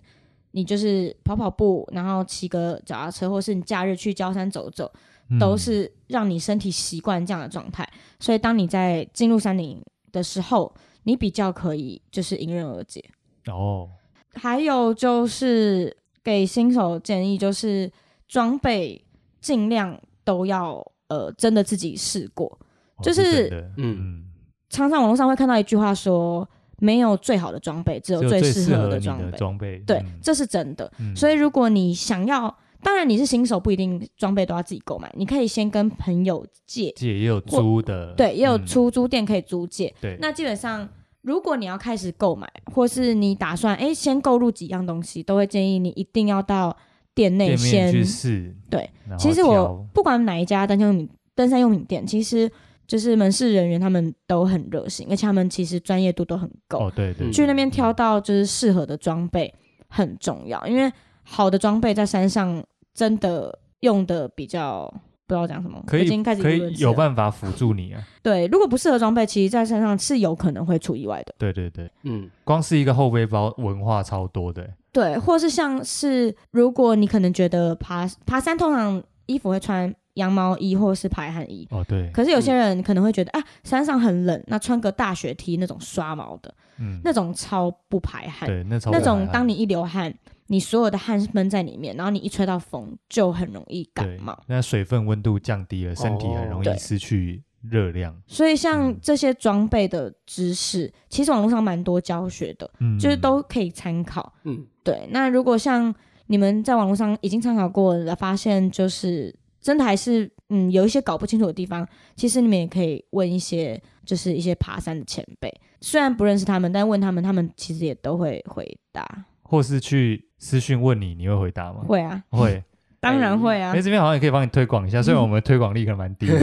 Speaker 2: 你就是跑跑步，然后骑个脚踏车，或是你假日去郊山走走，
Speaker 3: 嗯
Speaker 2: 都是让你身体习惯这样的状态。所以当你在进入山林的时候，你比较可以就是迎刃而解。
Speaker 3: 哦，
Speaker 2: 还有就是给新手建议，就是装备尽量都要呃真的自己试过，
Speaker 3: 哦
Speaker 2: 就是是
Speaker 3: 真的嗯
Speaker 1: 嗯，
Speaker 2: 常常网络上会看到一句话说：“没有最好的装备，只有
Speaker 3: 只有最
Speaker 2: 适合
Speaker 3: 你
Speaker 2: 装
Speaker 3: 的
Speaker 2: 备。
Speaker 3: 装备，
Speaker 2: 对，
Speaker 3: 嗯
Speaker 2: 这是真的。
Speaker 3: 嗯
Speaker 2: 所以如果你想要，当然你是新手，不一定装备都要自己购买，你可以先跟朋友借，
Speaker 3: 这也有租的，
Speaker 2: 对，也有
Speaker 3: 嗯，
Speaker 2: 出租店可以租借。
Speaker 3: 对，
Speaker 2: 那基本上如果你要开始购买，或是你打算哎先购入几样东西，都会建议你一定要到店内
Speaker 3: 店面
Speaker 2: 先
Speaker 3: 去试。
Speaker 2: 对
Speaker 3: 然后
Speaker 2: 其实我
Speaker 3: 挑
Speaker 2: 不管哪一家登山用品登山用品店，其实就是门市人员他们都很热心，而且他们其实专业度都很够。
Speaker 3: 哦，对对，
Speaker 1: 嗯
Speaker 3: 对
Speaker 2: 去那边挑到就是适合的装备很重要，因为好的装备在山上真的用的比较不知道讲什么，
Speaker 3: 可
Speaker 2: 我已经
Speaker 3: 以
Speaker 2: 开始
Speaker 3: 可
Speaker 2: 语无伦
Speaker 3: 以
Speaker 2: 次
Speaker 3: 有
Speaker 2: 了
Speaker 3: 办法辅助你啊。
Speaker 2: 对，如果不适合装备，其实在山上是有可能会出意外的。
Speaker 3: 对对对，
Speaker 1: 嗯，
Speaker 3: 光是一个后背包文化超多的，
Speaker 2: 对，或是像是如果你可能觉得爬爬山通常衣服会穿羊毛衣或是排汗衣，
Speaker 3: 哦对，
Speaker 2: 可是有些人可能会觉得、啊山上很冷，那穿个大雪 T 那种刷毛的
Speaker 3: 嗯，
Speaker 2: 那种超不排汗，
Speaker 3: 对那超
Speaker 2: 那
Speaker 3: 可爱
Speaker 2: 种
Speaker 3: 啊
Speaker 2: 当你一流汗，你所有的汗是闷在里面，然后你一吹到风就很容易感
Speaker 3: 对
Speaker 2: 冒。
Speaker 3: 那水分温度降低了，身体很
Speaker 1: 哦
Speaker 3: 容
Speaker 2: 对
Speaker 3: 易失去热量。
Speaker 2: 所以像
Speaker 3: 嗯
Speaker 2: 这些装备的知识，其实网络上蛮多教学的，
Speaker 3: 嗯，
Speaker 2: 就是都可以参考。
Speaker 1: 嗯，
Speaker 2: 对，那如果像你们在网络上已经参考过了，发现就是真的还是嗯有一些搞不清楚的地方，其实你们也可以问一些就是一些爬山的前辈，虽然不认识他们，但问他们，他们其实也都会回答。
Speaker 3: 或是去私讯问你，你会回答吗？
Speaker 2: 会嗯啊，
Speaker 3: 会。
Speaker 2: 当然会啊
Speaker 3: 哎，。这边好像也可以帮你推广一下，虽然我们推广力可能蛮 低的。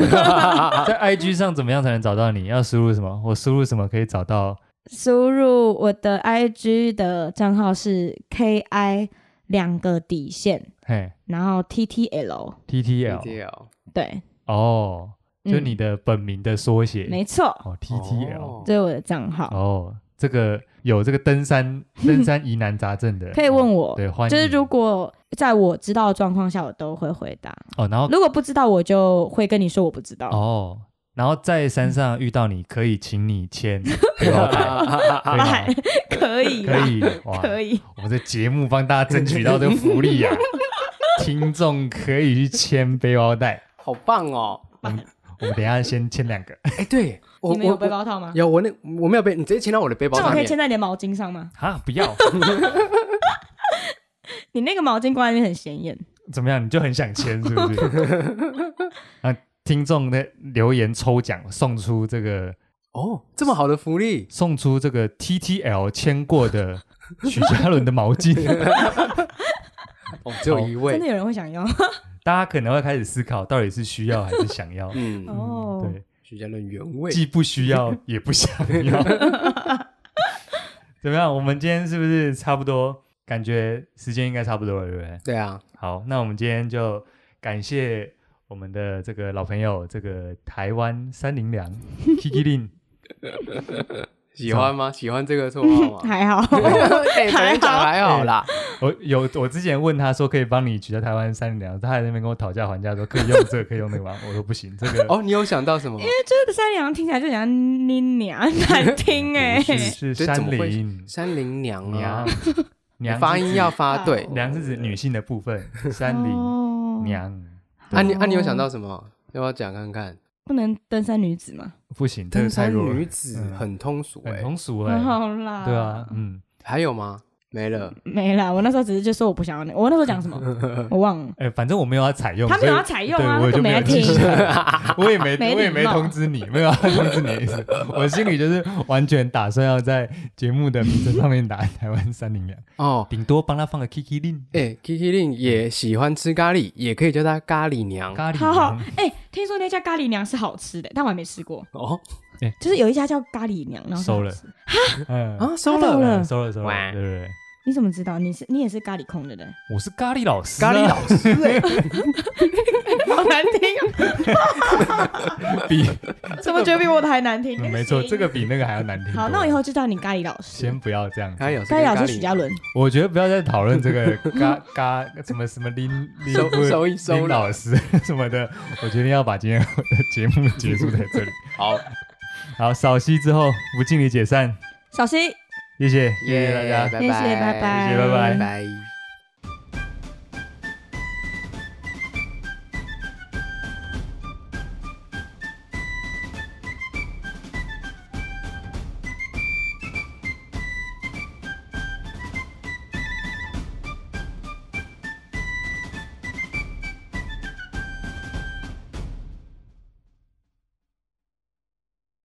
Speaker 3: 在 IG 上怎么样才能找到你？要输入什么？我输入什么可以找到？
Speaker 2: 输入我的 IG 的账号是 KI 两个底线，
Speaker 3: 嘿
Speaker 2: 然后 TTL，
Speaker 3: ，TTL
Speaker 1: ，TTL，
Speaker 2: 对，
Speaker 3: 哦，就
Speaker 2: 嗯
Speaker 3: 你的本名的缩写。
Speaker 2: 没错，
Speaker 3: 哦，TTL
Speaker 1: 哦
Speaker 2: 这是我的账号，
Speaker 3: 哦，这个有这个登 山登山疑难杂症的，
Speaker 2: 可以问
Speaker 3: 我。
Speaker 2: 我。
Speaker 3: 对，欢迎。
Speaker 2: 就是如果在我知道的状况下，我都会回答；
Speaker 3: 哦，然后
Speaker 2: 如果不知道，我就会跟你说我不知道。
Speaker 3: 哦，然后在山上遇到你，可以请你 签 背包牌，可以吗
Speaker 2: 可以
Speaker 3: 可
Speaker 2: 啦，
Speaker 3: 以哇！
Speaker 2: 可以，
Speaker 3: 我们这节目帮大家争取到这个福利 啊，听众可以去签背包带。
Speaker 1: 好棒哦！
Speaker 3: 我们等一下先签两个
Speaker 1: 哎，对我
Speaker 2: 你们有
Speaker 1: 我
Speaker 2: 背包套吗？
Speaker 1: 有我那我没有背，你直接签到我的背包
Speaker 2: 那我
Speaker 1: 上
Speaker 2: 可以
Speaker 1: 面。
Speaker 2: 牵在你的毛巾上吗？
Speaker 3: 啊！不要
Speaker 2: 你那个毛巾挂在那边很显眼。
Speaker 3: 怎么样？你就很想签是不是？ 啊，听众的留言抽奖送出这个
Speaker 1: 哦，这么好的福利，
Speaker 3: 送出这个 TTL 签过的许嘉伦的毛巾。
Speaker 1: 哦，只有一
Speaker 2: 真
Speaker 1: 位，
Speaker 2: 的有人会想要
Speaker 3: 大家可能会开始思考，到底是需要还是想要？
Speaker 1: 嗯，
Speaker 2: 哦
Speaker 3: 嗯，对，
Speaker 1: 徐家伦原味，
Speaker 3: 既不需要也不想要。怎么样？我们今天是不是差不多？感觉时间应该差不多了，对不对？
Speaker 1: 对啊，
Speaker 3: 好，那我们今天就感谢我们的这个老朋友，这个台湾三零粮 Kiki Lin。
Speaker 1: 喜欢吗？喜欢这个绰号吗？
Speaker 2: 还好，
Speaker 1: 哎，昨天讲还好 啦，
Speaker 3: 我有我之前问他说可以帮你取代台湾三零粮，他还在那边跟我讨价还价说可以用这个可以用那个吗？我说不行，这个
Speaker 1: 哦，你有想到什么？
Speaker 2: 这三两听起来就像你娘难听哎、
Speaker 3: 是是
Speaker 1: 这怎
Speaker 3: 山
Speaker 1: 么会
Speaker 3: 林
Speaker 1: 山林娘啊
Speaker 3: 娘，娘
Speaker 1: 发
Speaker 3: 是
Speaker 1: 音
Speaker 3: 指
Speaker 1: 要发对
Speaker 2: 哦
Speaker 3: 娘是指女性的部分，山林
Speaker 2: 哦，
Speaker 3: 娘
Speaker 1: 啊你啊你有想到什么？要不要讲看 看？
Speaker 2: 不能登山女子吗？
Speaker 3: 不行，这
Speaker 1: 登
Speaker 3: 个太
Speaker 1: 山
Speaker 3: 弱了
Speaker 1: 女子
Speaker 3: 嗯
Speaker 1: 很通俗
Speaker 3: 很
Speaker 1: 哎，
Speaker 3: 通俗哎
Speaker 2: 很，嗯好啦，
Speaker 3: 对啊，，嗯，
Speaker 1: 还有吗？没了，
Speaker 2: 没啦，我那时候只是就说我不想要那，我那时候 讲什么，我忘了。
Speaker 3: 哎，反正我没有要采用，
Speaker 2: 他没有要
Speaker 3: 所以
Speaker 2: 采用
Speaker 3: 对
Speaker 2: 啊
Speaker 3: 我
Speaker 2: 那
Speaker 3: 就
Speaker 2: 个
Speaker 3: 没
Speaker 2: 没
Speaker 3: 有
Speaker 2: 来
Speaker 3: 记
Speaker 2: 听
Speaker 3: 下 来 我也没
Speaker 2: 没
Speaker 3: 我也
Speaker 2: 礼
Speaker 3: 没
Speaker 2: 貌
Speaker 3: 通知你，没有要通知你的意思， 我心里就是完全打算要在节目的名称上面打台湾三零两，
Speaker 1: 哦，
Speaker 3: 顶多帮他放个 Kiki Lin
Speaker 1: 哎、k i k i Lin 也喜欢吃咖喱，也可以叫她咖喱娘
Speaker 3: 咖喱
Speaker 2: 好好
Speaker 3: 羊，
Speaker 2: 哎、听说那家咖喱娘是好吃的，但我还没吃过。
Speaker 1: 哦
Speaker 2: 就是有一家叫咖喱娘，然后是好
Speaker 3: 收了
Speaker 2: 吃
Speaker 3: 嗯，
Speaker 1: 啊，收
Speaker 2: 她到
Speaker 1: 了
Speaker 2: 了
Speaker 3: 嗯收了收了，
Speaker 1: 哇
Speaker 3: 对对对，
Speaker 2: 你怎么知道？你是你也是咖喱控 的人，
Speaker 3: 我是咖喱老师啊，
Speaker 1: 咖喱 老师、欸，
Speaker 2: 好难听、啊，
Speaker 3: 比
Speaker 2: 怎么觉得比我的还难听？
Speaker 3: 啊嗯没错，这个比那个还要难听多。
Speaker 2: 好，那我以后就叫你咖喱老师。
Speaker 3: 先不要这样子
Speaker 1: 咖喱老师
Speaker 2: 咖
Speaker 1: 跟
Speaker 2: 喱
Speaker 1: 咖
Speaker 2: 老
Speaker 1: 喱
Speaker 2: 师许嘉伦，
Speaker 3: 我觉得不要再讨论 这个嘎嘎什么什么林林
Speaker 1: 收
Speaker 3: 不
Speaker 1: 收一收
Speaker 3: 林
Speaker 1: 了
Speaker 3: 老师 什么的，我决定要把今天我的节目 结束在这里。
Speaker 1: 好，
Speaker 3: 好，扫息之后不敬礼解散，
Speaker 2: 小心。
Speaker 3: 谢谢谢谢大家。
Speaker 1: 拜
Speaker 2: 谢
Speaker 1: 拜
Speaker 2: 谢拜拜
Speaker 3: 谢谢拜拜
Speaker 1: 拜拜